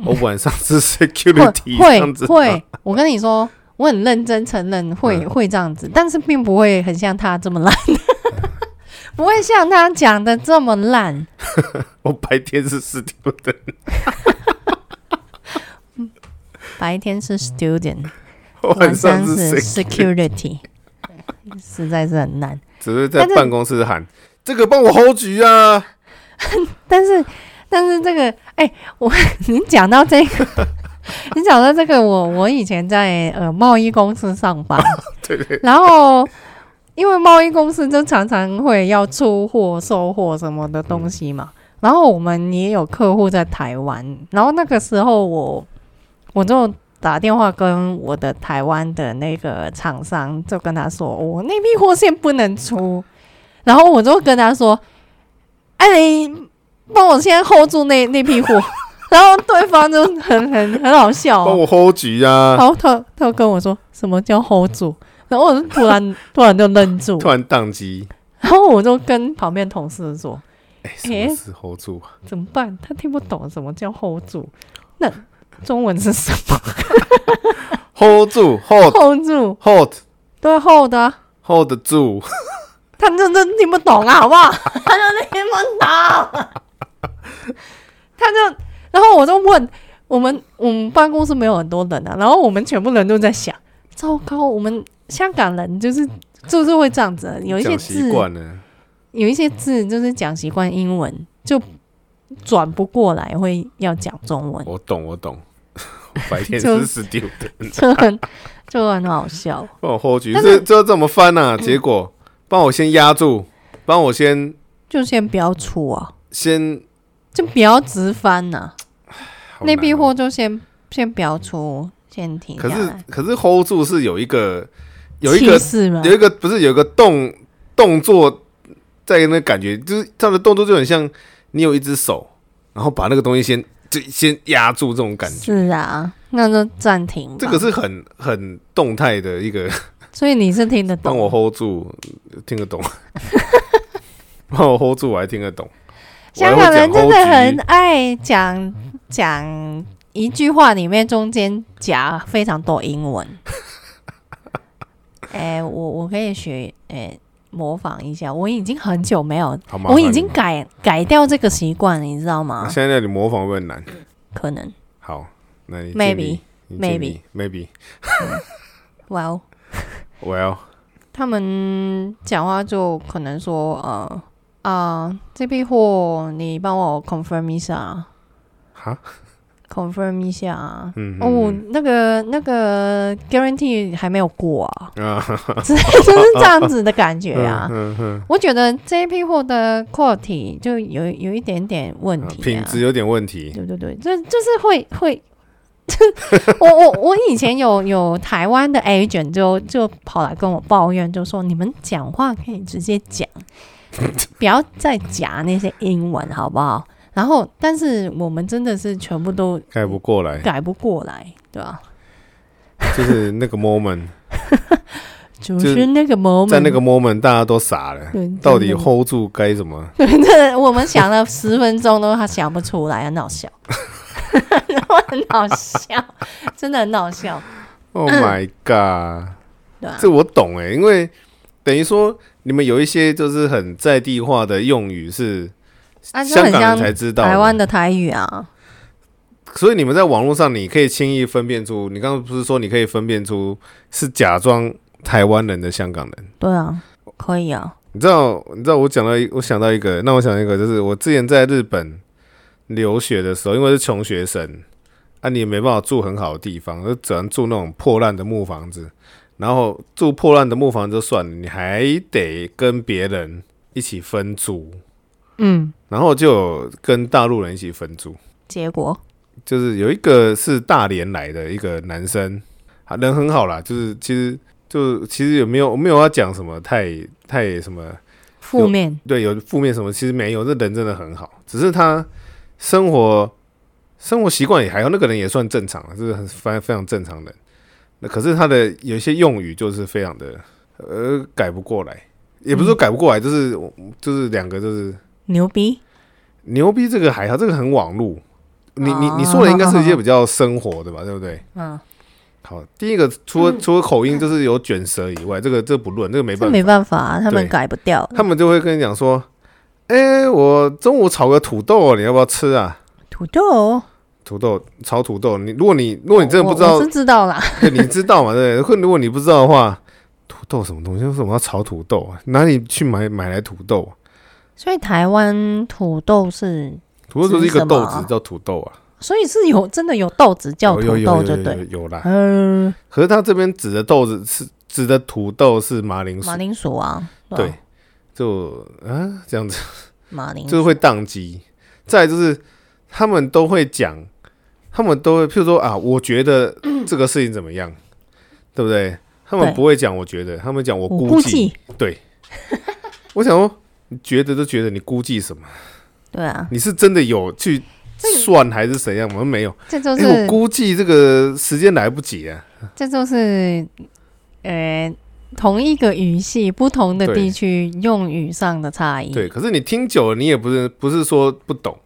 Speaker 2: 我晚上是 security 这
Speaker 1: 嗯 会
Speaker 2: 样子吗
Speaker 1: 会，我跟你说，我很认真承认会、
Speaker 2: 嗯
Speaker 1: 会这样子，但是并不会很像他这么烂，
Speaker 2: 嗯
Speaker 1: 不会像他讲的这么烂，
Speaker 2: 我白天是 student，
Speaker 1: 白天是 student，
Speaker 2: 晚
Speaker 1: 晚
Speaker 2: 上
Speaker 1: 上
Speaker 2: 是
Speaker 1: 是
Speaker 2: security，
Speaker 1: security，实在是很难。
Speaker 2: 只是在
Speaker 1: 但是
Speaker 2: 办公室喊这个帮我 hold 局啊！
Speaker 1: 但是但是这个，哎、我 你讲到这个。 你讲到这个，我我以前在呃贸易公司上班，
Speaker 2: 对对，
Speaker 1: 然后因为贸易公司就常常会要出货、收货什么的东西嘛，
Speaker 2: 嗯
Speaker 1: 然后我们也有客户在台湾，然后那个时候我我就打电话跟我的台湾的那个厂商，就跟他说我那批货现在不能出，然后我就跟他说，哎，你帮我现在 hold 住那那批货，然后对方就很很很好笑、哦
Speaker 2: 帮，我 hold 局啊！
Speaker 1: 然后他他跟我说什么叫 hold 住，然后我就突然突然就愣住，
Speaker 2: 突然宕机，
Speaker 1: 然后我就跟旁边同事说
Speaker 2: 哎、什么
Speaker 1: 诶
Speaker 2: 是 hold 住啊？
Speaker 1: 怎么办？他听不懂什么叫 hold 住，那中文是什么
Speaker 2: hold 住，hold
Speaker 1: hold 住？
Speaker 2: hold
Speaker 1: 对 hold 啊，
Speaker 2: hold 住，
Speaker 1: 他真的听不懂 啊，好不好？他就听不懂， 他就然后我就问我们我们办公室没有很多人啊，然后我们全部人都在想，糟糕，我们香港人就是就是会这样子，啊有一些
Speaker 2: 嗯讲
Speaker 1: 字
Speaker 2: 习惯了，
Speaker 1: 有一些字就是讲习惯英文
Speaker 2: 嗯
Speaker 1: 就转不过来，会要讲中文，
Speaker 2: 我懂我懂。 白天
Speaker 1: 就是
Speaker 2: student，
Speaker 1: 就很就很好笑。
Speaker 2: 帮我 hold 局，
Speaker 1: 但是
Speaker 2: 这这怎么翻呢、啊？结果帮我先压住，帮我先
Speaker 1: 就先不要出啊，
Speaker 2: 先
Speaker 1: 就不要直翻啊呐、
Speaker 2: 好
Speaker 1: 那批
Speaker 2: 难哦
Speaker 1: 货就先先不要出，先停下
Speaker 2: 可是
Speaker 1: 来。
Speaker 2: 可是 hold 住是有一个有一个
Speaker 1: 是吗
Speaker 2: 有？一个不是有一个动动作在那感觉，就是他的动作就很像你有一只手，然后把那个东西先就先压住这种感觉。
Speaker 1: 是啊，那就暂停吧。
Speaker 2: 这个是很很动态的一 个，
Speaker 1: 所以你是听得
Speaker 2: 帮
Speaker 1: 懂
Speaker 2: 我 hold 住，听 得懂，帮我 hold 住，我还听得懂。我还
Speaker 1: 香
Speaker 2: 会
Speaker 1: 港
Speaker 2: 讲
Speaker 1: 人真的
Speaker 2: hold
Speaker 1: 很
Speaker 2: 局
Speaker 1: 爱讲讲一句话里面中间夹非常多英文。 哎、我我可以学，哎、模仿一下。我已经很久没有，
Speaker 2: 好麻烦
Speaker 1: 我
Speaker 2: 你
Speaker 1: 已经改改掉这个习惯，你知道吗？
Speaker 2: 啊现在让你模仿会不会很难？
Speaker 1: 可能
Speaker 2: 好，那你
Speaker 1: Maybe
Speaker 2: maybe maybe
Speaker 1: ，well，
Speaker 2: well
Speaker 1: 他们讲话就可能说，呃啊、这批货你帮我 confirm 一下。
Speaker 2: 哈，
Speaker 1: confirm 一下啊。
Speaker 2: 嗯
Speaker 1: 哦，那个那个 guarantee 还没有过啊，
Speaker 2: 啊，
Speaker 1: 真 就是这样子的感觉啊。
Speaker 2: 嗯嗯
Speaker 1: 我觉得这一批货的 quality 就有有一点点问
Speaker 2: 嗯，
Speaker 1: 题、啊，嗯
Speaker 2: 品质有点问题，
Speaker 1: 对对对，这就是会会， 我我我以前有有台湾的 agent 就就跑来跟我抱怨，就说你们讲话可以直接讲，不要再夹那些英文好不好？然后，但是我们真的是全部都
Speaker 2: 改不过来，
Speaker 1: 改不过来，对吧？
Speaker 2: 就是 那个 moment，
Speaker 1: 就是是那个 moment，
Speaker 2: 在那个 moment 大家都傻了，
Speaker 1: 对
Speaker 2: 到底
Speaker 1: 真的
Speaker 2: hold 住该怎么？
Speaker 1: 对，这我们想了十分钟都还想不出来，很好笑， 然后很好笑， 真的很好笑，
Speaker 2: Oh my god！
Speaker 1: 嗯对啊吧？
Speaker 2: 这我懂哎，因为等于说你们有一些就是很在地化的用语是
Speaker 1: 啊，就
Speaker 2: 香
Speaker 1: 很
Speaker 2: 港人
Speaker 1: 像
Speaker 2: 才知道的，
Speaker 1: 台湾的台语啊，
Speaker 2: 所以你们在网络上你可以轻易分辨出，你刚刚不是说你可以分辨出是假装台湾人的香港人？
Speaker 1: 对啊，可以啊，
Speaker 2: 你知道，你知道我讲到一，我想到一个，那我想到一个，就是我之前在日本留学的时候，因为是穷学生，啊，你也没办法住很好的地方，就只能住那种破烂的木房子。然后住破烂的木房子就算了，你还得跟别人一起分租，
Speaker 1: 嗯，
Speaker 2: 然后就有跟大陆人一起分租。
Speaker 1: 结果
Speaker 2: 就是有一个是大连来的一个男生，啊人很好啦，就是其实就其实有没有没有要讲什么太太什么。
Speaker 1: 负面
Speaker 2: 对，有负面什么其实没有，这人真的很好，只是他生活生活习惯也还好，那个人也算正常了，就是很非常非常正常人。那可是他的有一些用语就是非常的呃改不过来，也不是说改不过来，就是就是两个就是
Speaker 1: 牛逼，
Speaker 2: 牛逼这个还好，这个很网路。你你你说的应该是一些比较生活的吧，对不对？
Speaker 1: 嗯，
Speaker 2: 好，第一个除了除了口音就是有卷舌以外，这个这不论，这个没
Speaker 1: 这
Speaker 2: 办法
Speaker 1: 没。办法、啊，他们
Speaker 2: 对
Speaker 1: 改不掉
Speaker 2: 他们就会跟你讲说：“哎、我中午炒个土豆，你要不要吃啊？
Speaker 1: 土豆。
Speaker 2: 土豆炒土豆，你如果你如果你真的不知道
Speaker 1: 我我， 是知道啦，
Speaker 2: 对你知道嘛？对不对，如果你不知道的话，土豆什么东西？为什么要炒土豆啊？哪里去买买来土豆啊？
Speaker 1: 所以台湾土豆是，
Speaker 2: 土豆就是一
Speaker 1: 是
Speaker 2: 个
Speaker 1: 什么
Speaker 2: 豆
Speaker 1: 啊
Speaker 2: 子叫土豆啊，
Speaker 1: 所以是有真的有豆子叫
Speaker 2: 有
Speaker 1: 土
Speaker 2: 有有
Speaker 1: 豆，
Speaker 2: 有
Speaker 1: 就
Speaker 2: 有有
Speaker 1: 对，
Speaker 2: 有啦。
Speaker 1: 嗯，
Speaker 2: 可是他这边指的豆子是指的土豆是马铃薯
Speaker 1: 马，铃薯啊，吧
Speaker 2: 对，就啊这样子。”
Speaker 1: 马铃
Speaker 2: 就是
Speaker 1: 薯，
Speaker 2: 会宕机。再来就是他们都会讲，他们都会，譬如说啊，我觉得这个事情怎么样，对不对？他们
Speaker 1: 对
Speaker 2: 不会讲我觉得，他们讲我
Speaker 1: 我
Speaker 2: 估计。
Speaker 1: 计，
Speaker 2: 对，我想说，你觉得就觉得，你估计什么？
Speaker 1: 对啊，
Speaker 2: 你是真的有去算还是怎样？我们没有。
Speaker 1: 这就
Speaker 2: 哎、
Speaker 1: 是、
Speaker 2: 我估计这个时间来不及啊。
Speaker 1: 这就是呃同一个语系不同的
Speaker 2: 对
Speaker 1: 地区用语上的差异。
Speaker 2: 对，可是你听久了，你也不是不是说不懂，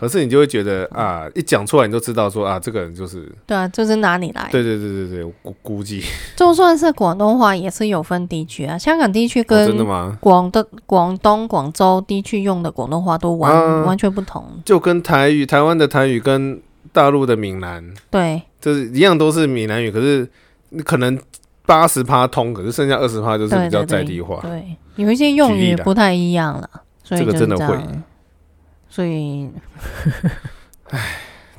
Speaker 2: 可是你就会觉得啊，一讲出来你就知道说啊，这个人就是
Speaker 1: 对啊，就是哪里来？
Speaker 2: 对对对对对，我估估计。
Speaker 1: 就算是广东话，也是有分地区啊。香港地区
Speaker 2: 哦真的
Speaker 1: 跟
Speaker 2: 吗？
Speaker 1: 广东、广东、广州地区用的广东话都完、
Speaker 2: 啊
Speaker 1: 完全不同。
Speaker 2: 就跟台语、台湾的台语跟大陆的闽南，
Speaker 1: 对
Speaker 2: 就是一样都是闽南语，可是你可能八十趴通，可是剩下二十趴就是
Speaker 1: 对
Speaker 2: 比较
Speaker 1: 对对
Speaker 2: 在地化。
Speaker 1: 对，有一些用
Speaker 2: 举例
Speaker 1: 语
Speaker 2: 啦
Speaker 1: 不太一样了，所以
Speaker 2: 这个
Speaker 1: 就是
Speaker 2: 真的
Speaker 1: 这
Speaker 2: 会
Speaker 1: 样。所以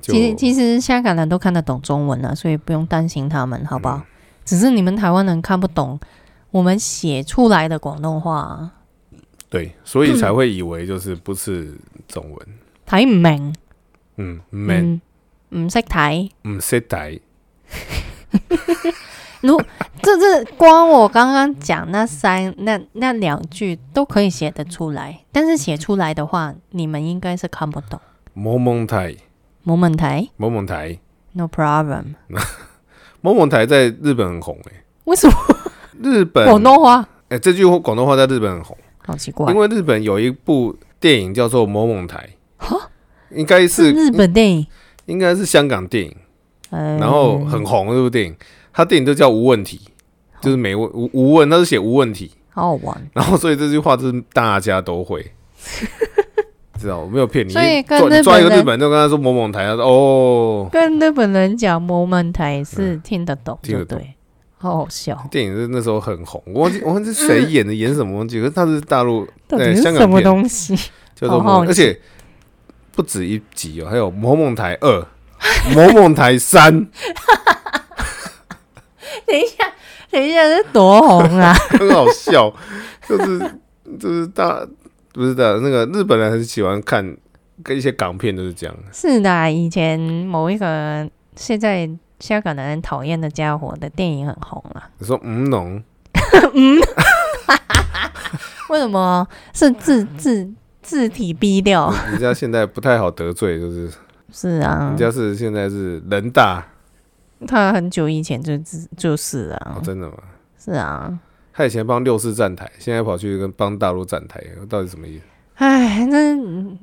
Speaker 2: 就
Speaker 1: 其实其实香港人都看得懂中文了，所以不用担心他们，好不
Speaker 2: 嗯
Speaker 1: 好？只是你们台湾人看不懂我们写出来的广东话，
Speaker 2: 对，所以才会以为就是不是中文。
Speaker 1: 睇唔明，
Speaker 2: 嗯，闽
Speaker 1: 嗯，唔識睇。
Speaker 2: 唔识台，
Speaker 1: 这这光我刚刚讲那三那那两句都可以写得出来，但是写出来的话，你们应该是看不懂。
Speaker 2: 某某台，
Speaker 1: 冇问题
Speaker 2: 某某台，
Speaker 1: ，no problem。
Speaker 2: 某某台在日本很红诶、欸
Speaker 1: 为什么
Speaker 2: 日本
Speaker 1: 广东话
Speaker 2: 哎、这句广东话在日本很红，
Speaker 1: 好奇怪
Speaker 2: 因？为日本有一部电影叫做《某某台》，应该
Speaker 1: 是
Speaker 2: 是
Speaker 1: 日本电影，
Speaker 2: 应该是香港电影。
Speaker 1: 呃
Speaker 2: 然后很红的这部电影，他电影就叫《无问题》，就是没问无无问，他是写无问题，
Speaker 1: 好好玩。
Speaker 2: 然后所以这句话就是大家都会， 知道我没有骗你。
Speaker 1: 所以跟
Speaker 2: 抓
Speaker 1: 日本人
Speaker 2: 你抓一个日本人就跟他说某某台，他说哦，
Speaker 1: 跟日本人讲冇问题是听得懂，
Speaker 2: 听
Speaker 1: 就
Speaker 2: 得懂
Speaker 1: 对，好好笑。
Speaker 2: 电影是那时候很红，我忘记我忘记谁演的，演什么忘记，可是他是大陆
Speaker 1: 到
Speaker 2: 对
Speaker 1: 底是
Speaker 2: 香
Speaker 1: 什
Speaker 2: 港
Speaker 1: 么
Speaker 2: 片，
Speaker 1: 东西？
Speaker 2: 叫做
Speaker 1: 好好
Speaker 2: 哦某，而且不止一集哦，还有某某台二，某某台三，
Speaker 1: 等一下，等一下，这多红啊！
Speaker 2: 很好笑，就是就是大不是的，那个日本人很喜欢看跟一些港片都是这样，
Speaker 1: 是的，啊以前某一个现在香港人很讨厌的家伙的电影很红啊。
Speaker 2: 你说吴侬
Speaker 1: 为什么是字
Speaker 2: 嗯
Speaker 1: 字字体逼掉？
Speaker 2: 人家现在不太好得罪，就是
Speaker 1: 是啊
Speaker 2: 人，家是现在是人大，
Speaker 1: 他很久以前就自就是
Speaker 2: 哦
Speaker 1: 啊，
Speaker 2: 真的吗？
Speaker 1: 是啊。
Speaker 2: 他以前帮六四站台，现在跑去跟帮大陆站台，到底什么意思？
Speaker 1: 唉，那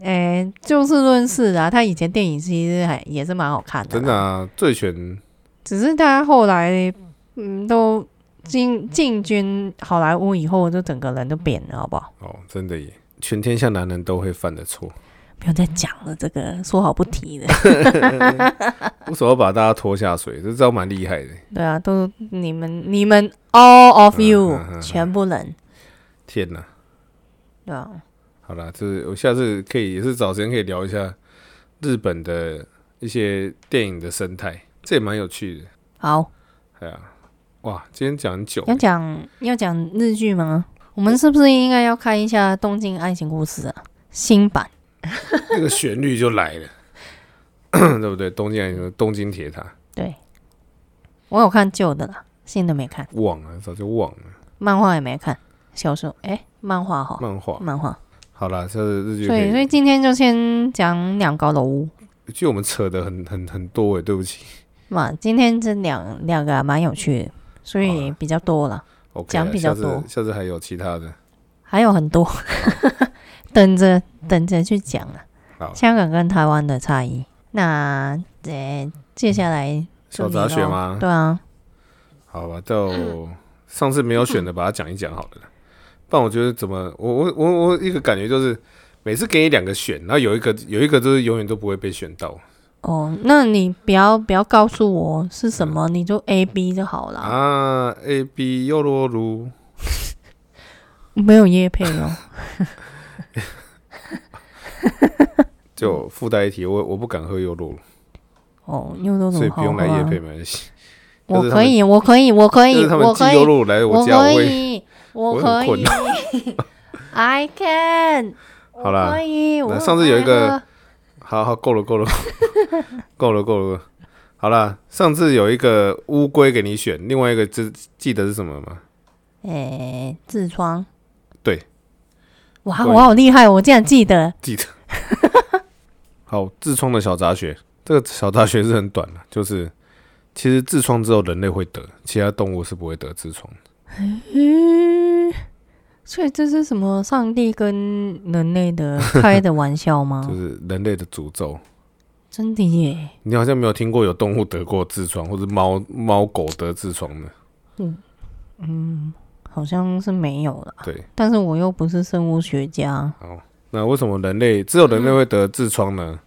Speaker 1: 哎、就事论事啊，他以前电影其实还也是蛮好看的，
Speaker 2: 真的、。啊，醉拳
Speaker 1: 只是他后来嗯都进进军好莱坞以后，就整个人都变了，好不好？
Speaker 2: 哦，真的耶，全天下男人都会犯的错，
Speaker 1: 不要再讲了，这个说好不提的。
Speaker 2: 为什么要把大家拖下水？这招蛮厉害的，
Speaker 1: 对啊，都你们你们 all of
Speaker 2: 嗯
Speaker 1: you、
Speaker 2: 嗯嗯嗯
Speaker 1: 全部人，
Speaker 2: 天哪！
Speaker 1: 对啊，
Speaker 2: 好啦，就是我下次可以也是找时间可以聊一下日本的一些电影的生态，这也蛮有趣的。
Speaker 1: 好，
Speaker 2: 哎呀，哇，今天讲 很久
Speaker 1: 要，讲要讲日剧吗？我
Speaker 2: 嗯
Speaker 1: 们是不是应该要看一下《东京爱情故事》啊？新版
Speaker 2: 那个旋律就来了，对不对？东京还有东京铁塔，
Speaker 1: 对，我有看旧的啦，新的没看，
Speaker 2: 忘了，早就忘了。
Speaker 1: 漫画也没看，小说哎、漫画哈，
Speaker 2: 漫画，
Speaker 1: 漫画，
Speaker 2: 好啦，这日剧
Speaker 1: 嗯
Speaker 2: 可
Speaker 1: 对，所以
Speaker 2: 以，
Speaker 1: 今天就先讲两高楼屋
Speaker 2: 就我们扯的很很很多哎，对不起。
Speaker 1: 嘛，今天这两两个还啊蛮有趣的，所以
Speaker 2: 啊
Speaker 1: 比较多了，
Speaker 2: OK，
Speaker 1: 讲
Speaker 2: 啦
Speaker 1: 比较
Speaker 2: 下次
Speaker 1: 多
Speaker 2: 下次还有其他的。
Speaker 1: 还有很多， 等着等着去讲啊。
Speaker 2: 好，
Speaker 1: 香港跟台湾的差异。那呃，接下来
Speaker 2: 小杂学
Speaker 1: 就
Speaker 2: 吗
Speaker 1: 你咯？对啊，
Speaker 2: 好吧，就上次没有选的，把它讲一讲好了啦。不然我觉得怎么，我我我我一个感觉就是，每次给你两个选，然后有一个有一个就是永远都不会被选到
Speaker 1: 哦，那你不要不要告诉我是什么，你就 A B 就好了，
Speaker 2: 嗯啊。A B 优罗卢，
Speaker 1: 没有叶配 哦。
Speaker 2: 就附带一题，我我不敢喝优罗卢，
Speaker 1: 哦，又多种
Speaker 2: 所以
Speaker 1: 好
Speaker 2: 不用来
Speaker 1: 喝啊
Speaker 2: 夜配没 关系。
Speaker 1: 我
Speaker 2: 就是他
Speaker 1: 可以，我可以，我可
Speaker 2: 就
Speaker 1: 以，
Speaker 2: 是他们
Speaker 1: 哎我
Speaker 2: 寄
Speaker 1: 可
Speaker 2: 优
Speaker 1: 以，
Speaker 2: 罗来我
Speaker 1: 我
Speaker 2: 家，我
Speaker 1: 可
Speaker 2: 也
Speaker 1: 以，我
Speaker 2: 我
Speaker 1: 可
Speaker 2: 很
Speaker 1: 以 ，I can。
Speaker 2: 好啦
Speaker 1: 我可以。我
Speaker 2: 那上次有一个
Speaker 1: 很爱喝
Speaker 2: 好好够了够了 够了够了，好啦，上次有一个乌龟给你选，另外一个记记得是什么吗？
Speaker 1: 诶，痔疮。
Speaker 2: 对。
Speaker 1: 哇，
Speaker 2: 对
Speaker 1: 我好厉害，我竟然记得。
Speaker 2: 记得。 好，痔疮的小杂学，这个小杂学是很短的，就是其实痔疮只有人类会得，其他动物是不会得痔疮的。
Speaker 1: 嗯，所以这是什么上帝跟人类 的开的玩笑吗
Speaker 2: 就？是人类的诅咒。
Speaker 1: 真的耶，
Speaker 2: 你好像没有听过有动物得过痔疮，或者猫猫狗得痔疮的。
Speaker 1: 嗯，好像是没有了。
Speaker 2: 对，
Speaker 1: 但是我又不是生物学家，
Speaker 2: 好，那为什么人类只有人类会得痔疮呢？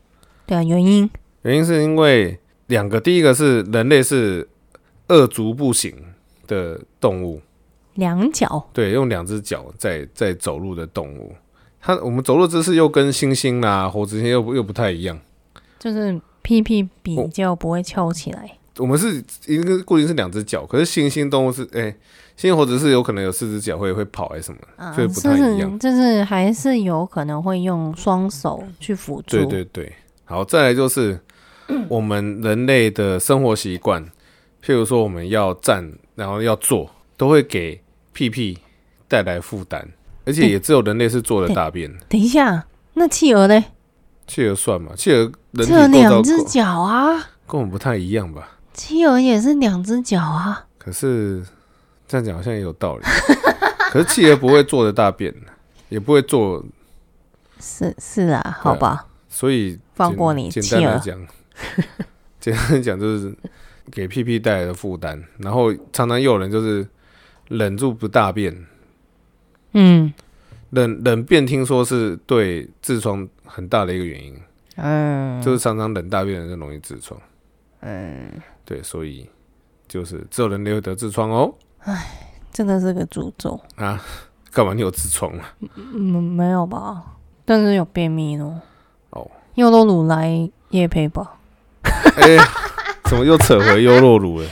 Speaker 1: 对啊，原因
Speaker 2: 原因是因为两个，第一个是人类是二足步行的动物，
Speaker 1: 两脚
Speaker 2: 对，用两只脚在在走路的动物，它我们走路姿势又跟猩猩啦、猴子又不又不太一样。
Speaker 1: 就是屁屁比
Speaker 2: 我
Speaker 1: 较不会翘起来，
Speaker 2: 我们是一个固定是两只脚，可是猩猩动物是哎、猩猩猴子是有可能有四只脚会会跑还是什么的？
Speaker 1: 啊，
Speaker 2: 所以
Speaker 1: 就
Speaker 2: 不太一样
Speaker 1: 是就是还是有可能会用双手去辅助，
Speaker 2: 对对对，好，再来 就是我们人类的生活习惯，譬如说我们要站，然后要坐，都会给屁屁带来负担，而且也只有人类是坐的大便。
Speaker 1: 等一下，那企鹅嘞？
Speaker 2: 企鹅算嘛？企鹅人
Speaker 1: 这
Speaker 2: 体构造
Speaker 1: 两只
Speaker 2: 跟
Speaker 1: 脚啊，
Speaker 2: 跟我们不太一样吧？
Speaker 1: 企鹅也是两只脚啊，
Speaker 2: 可是这样讲好像也有道理。 可是企鹅不会坐着大便，也不会坐，
Speaker 1: 是是啊，好吧。
Speaker 2: 所以简
Speaker 1: 放过你
Speaker 2: 简
Speaker 1: 企
Speaker 2: 单来
Speaker 1: 鹅，
Speaker 2: 讲， 简单来讲就是给屁屁带来的负担，然后常常又有人就是忍住不大便，
Speaker 1: 嗯
Speaker 2: 忍忍便听说是对痔疮很大的一个原因，
Speaker 1: 嗯，
Speaker 2: 就是常常忍大便的人就容易痔疮。嗯，对，所以就是只有人类会得痔疮哦。
Speaker 1: 真的是个诅咒。
Speaker 2: 啊，干嘛你有痔疮啊？
Speaker 1: 嗯，没有吧？但是有便秘咯。
Speaker 2: 哦，
Speaker 1: 又都乳来夜配吧？
Speaker 2: 哎、怎么又扯回优酪乳了？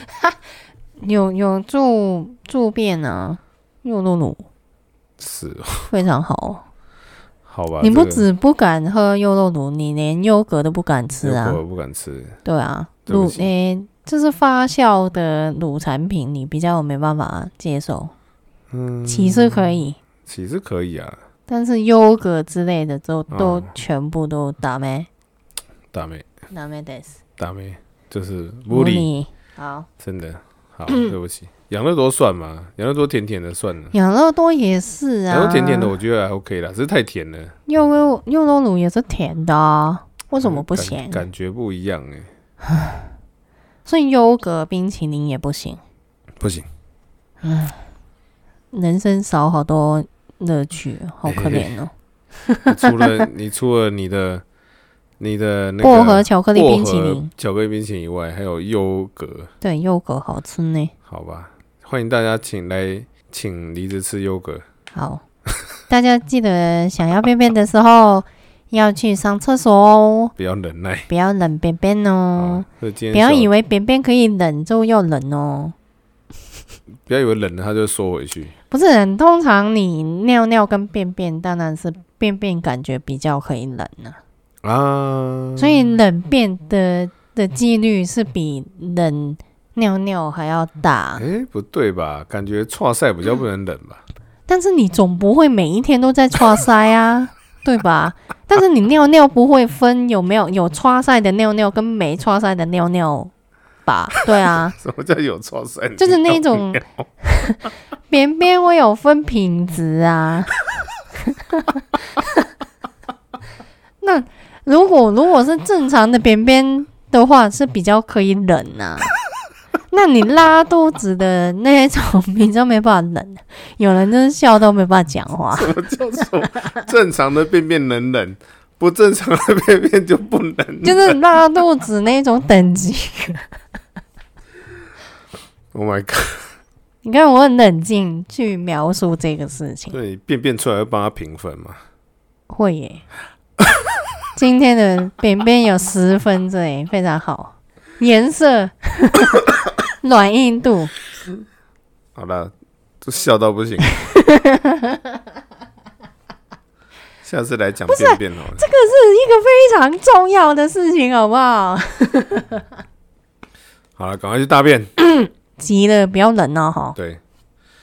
Speaker 1: 有有住住遍啊，又露露
Speaker 2: 是哦，
Speaker 1: 非常好。
Speaker 2: 好吧，
Speaker 1: 你不
Speaker 2: 这个
Speaker 1: 止不敢喝优酪乳，你连优格都不敢吃啊
Speaker 2: 优格！我不敢吃，
Speaker 1: 对啊，
Speaker 2: 对不
Speaker 1: 乳
Speaker 2: 起
Speaker 1: 诶、这是发酵的乳产品，你比较没办法接受。
Speaker 2: 嗯，
Speaker 1: 起是可以，
Speaker 2: 其实可以啊，
Speaker 1: 但是优格之类的都都
Speaker 2: 哦
Speaker 1: 全部都打咩？
Speaker 2: 大妹
Speaker 1: 打咩得死？
Speaker 2: 大妹就是
Speaker 1: 无
Speaker 2: 玻璃，
Speaker 1: 理好，
Speaker 2: 真的 好，对不起，养乐多算吗？养乐多甜甜的算了，
Speaker 1: 养乐多也是
Speaker 2: 养乐
Speaker 1: 啊，
Speaker 2: 多甜甜的我觉得还 OK 啦，只是太甜了，
Speaker 1: 优酪优酪乳也是甜的、啊，为什么不
Speaker 2: 嗯感
Speaker 1: 行？
Speaker 2: 感觉不一样哎，
Speaker 1: 所以优格冰淇淋也不行，
Speaker 2: 不行，
Speaker 1: 人生少好多乐趣，好可怜哦。
Speaker 2: 你除了 你除了你的你的 那个
Speaker 1: 薄荷巧克力
Speaker 2: 薄
Speaker 1: 冰淇
Speaker 2: 荷
Speaker 1: 淋，
Speaker 2: 巧克力冰淇淋以外，还有优格，
Speaker 1: 对，优格好吃呢。
Speaker 2: 好吧，欢迎大家请来请梨子吃优格，
Speaker 1: 好， 大家记得想要便便的时候要去上厕所哦，
Speaker 2: 不要忍耐
Speaker 1: 不要冷便便哦，，
Speaker 2: 所以今天
Speaker 1: 不要
Speaker 2: 小
Speaker 1: 以为便便可以冷就要冷哦。
Speaker 2: 不要以为冷了它就缩回去。
Speaker 1: 不是冷，通常你尿尿跟便便当然是便便感觉比较可以冷啊，
Speaker 2: 啊，
Speaker 1: 所以冷便的的几率是比冷尿尿还要大
Speaker 2: 哎、。不对吧？感觉跨赛比较不能冷 吧？
Speaker 1: 但是你总不会每一天都在刷塞啊，对吧？但是你尿尿不会分有没有有刷塞的尿尿跟没刷塞的尿尿吧？对啊，
Speaker 2: 什么叫有跨赛？
Speaker 1: 就是那种 便便会有分品质啊。 那如果如果是正常的便便的话，是比较可以忍啊。那你拉肚子的那一种 比较没办法忍，有人就是笑到没办法讲话。
Speaker 2: 什么叫做正常的便便能冷，不正常的便便就不能冷？
Speaker 1: 就是拉肚子那种等级。
Speaker 2: Oh my god！
Speaker 1: 你看，我很冷静去描述这个事情，
Speaker 2: 对，便便出来会帮他评分嘛？
Speaker 1: 会耶。今天的便便有十分这耶，非常好，颜 色、软硬度，
Speaker 2: 好了，都笑到 不行。下次来讲便便好了。
Speaker 1: 这是一个非常重要的事情，好不好？
Speaker 2: 好了，赶快去大便。
Speaker 1: 急了，不要冷了哈。
Speaker 2: 对，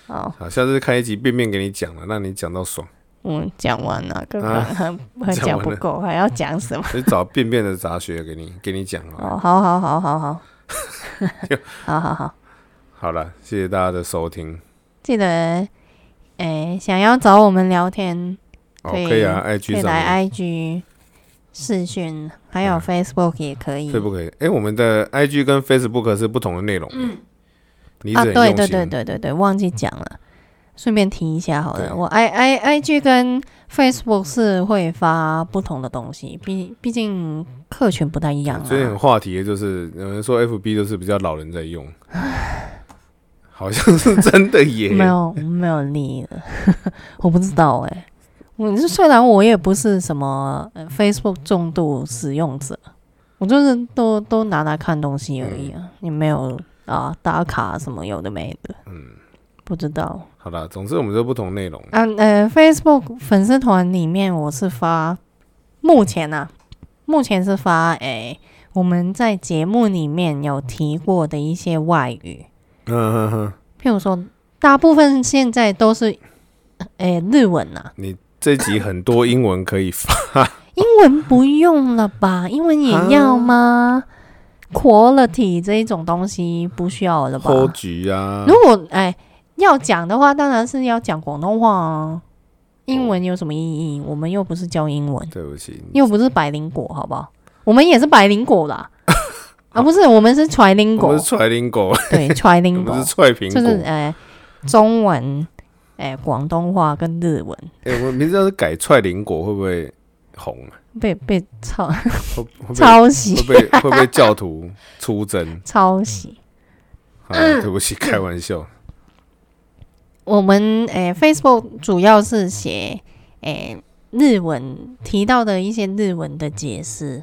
Speaker 1: 好，
Speaker 2: 好，下次开一集便便给你讲了，让你讲到爽。
Speaker 1: 我讲完了，刚刚
Speaker 2: 啊
Speaker 1: 还还
Speaker 2: 讲
Speaker 1: 讲
Speaker 2: 完
Speaker 1: 不
Speaker 2: 了
Speaker 1: 够，还要讲什么？
Speaker 2: 去找便便的杂学给你给你讲啊。
Speaker 1: 哦，好好好好 好，好好好。
Speaker 2: 好了，谢谢大家的收听。
Speaker 1: 记得，诶、想要找我们聊天，
Speaker 2: 哦，
Speaker 1: 可以
Speaker 2: 可以啊
Speaker 1: 可
Speaker 2: ，IG
Speaker 1: 以
Speaker 2: 上面
Speaker 1: 来 IG 视讯，还有
Speaker 2: 嗯
Speaker 1: Facebook 也可以。
Speaker 2: 对不可以？哎、我们的 IG 跟 Facebook 是不同的内容。嗯，你一直
Speaker 1: 啊，
Speaker 2: 很
Speaker 1: 对
Speaker 2: 用
Speaker 1: 对
Speaker 2: 心
Speaker 1: 对对对对，忘记讲了，顺便提一下好
Speaker 2: 对
Speaker 1: 了。我 I I I G 跟 Facebook 是会发不同的东西，毕毕竟客群不太一样、啊。
Speaker 2: 最近很话题的就是有人说 FB 都是比较老人在用，好像是真的耶。
Speaker 1: 没有没有力了， 我不知道哎、我是虽然我也不是什么呃 Facebook 重度使用者，我就是都都拿来看东西而已
Speaker 2: 嗯
Speaker 1: 啊，也没有啊打卡什么有的没的，嗯，不知道
Speaker 2: 好啦，总之我们都不同内容。
Speaker 1: 啊呃 Facebook 粉丝团里面我是发，目前啊目前是发诶、我们在节目里面有提过的一些外语，
Speaker 2: 嗯哼哼，
Speaker 1: 譬如说，大部分现在都是，诶、日文啊呐、
Speaker 2: 你这集很多英文可以发，
Speaker 1: 英文不用了吧？英文也要吗、q u a l i t y 这一种东西不需要了吧？
Speaker 2: 偷局啊
Speaker 1: 如，果哎、要讲的话，当然是要讲广东话啊。英文有什么意义？我们又不是教英文，
Speaker 2: 对不起，
Speaker 1: 又不是百灵果，好不好？我们也是百灵果 啦，啊，不是，我们是揣灵
Speaker 2: 我
Speaker 1: 果
Speaker 2: 们是，踹林狗，
Speaker 1: 对，揣
Speaker 2: 我
Speaker 1: 灵果
Speaker 2: 们是踹苹
Speaker 1: 就
Speaker 2: 果。
Speaker 1: 是哎、中文、哎、广东话跟日文。
Speaker 2: 哎、我们名字要是改踹林果会不会红啊？
Speaker 1: 被被抄
Speaker 2: 会会不会
Speaker 1: 抄袭
Speaker 2: 会不会会不会教徒出征？
Speaker 1: 抄袭。
Speaker 2: 啊，对不起，开玩笑。
Speaker 1: 我们诶、Facebook 主要是写呃诶、日文提到的一些日文的解释，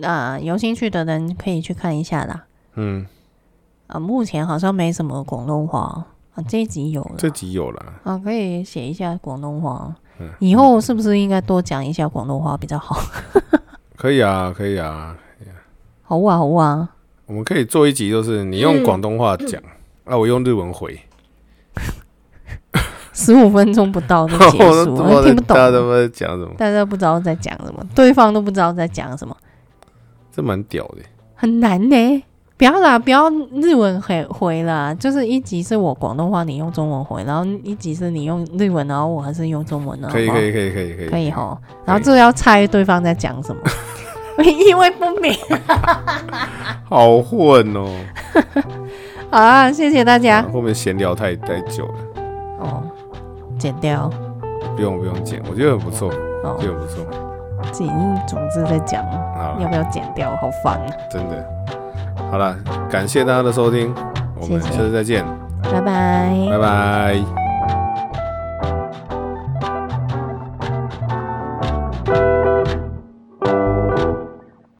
Speaker 1: 呃有兴趣的人可以去看一下啦。
Speaker 2: 嗯，
Speaker 1: 啊、目前好像没什么广东话啊，这一集有了
Speaker 2: 这集有了，
Speaker 1: 啊，可以写一下广东话。啊
Speaker 2: 嗯
Speaker 1: 以后是不是应该多讲一下广东话比较好？
Speaker 2: 可以啊，可以啊，
Speaker 1: 好啊，好啊，
Speaker 2: 我们可以做一集，就是你
Speaker 1: 嗯
Speaker 2: 用广东话讲，啊，我用日 文回，
Speaker 1: 十五分钟不到就 结
Speaker 2: 我
Speaker 1: 束，
Speaker 2: 都
Speaker 1: 我听不懂
Speaker 2: 大，家都不知道讲什么，
Speaker 1: 大家都不知道在讲什么，对方都不知道在讲什么，
Speaker 2: 这蛮屌的。
Speaker 1: 很难呢。不要啦，不要日文回回啦，就是一集是我广东话，你用中文回，然后一集是你用日文，然后我还是用中文呢。
Speaker 2: 可以，
Speaker 1: 好不好
Speaker 2: 可以，可以，可以，可以，
Speaker 1: 可以哈，然后就要猜对方在讲什么， 意味不明
Speaker 2: 好混哦，
Speaker 1: 好啊！谢谢大家
Speaker 2: 啊后面闲聊太太久了，
Speaker 1: 哦，剪掉
Speaker 2: 不用不用剪，我觉得很不错，
Speaker 1: 哦
Speaker 2: 我，觉得很不错，
Speaker 1: 自己总之在讲
Speaker 2: 好
Speaker 1: 要
Speaker 2: 了，
Speaker 1: 不要剪掉，好烦啊！
Speaker 2: 真的，好了，感谢大家的收听，我们
Speaker 1: 谢哎
Speaker 2: 下
Speaker 1: 谢
Speaker 2: 次再见，
Speaker 1: 拜拜。
Speaker 2: 拜拜。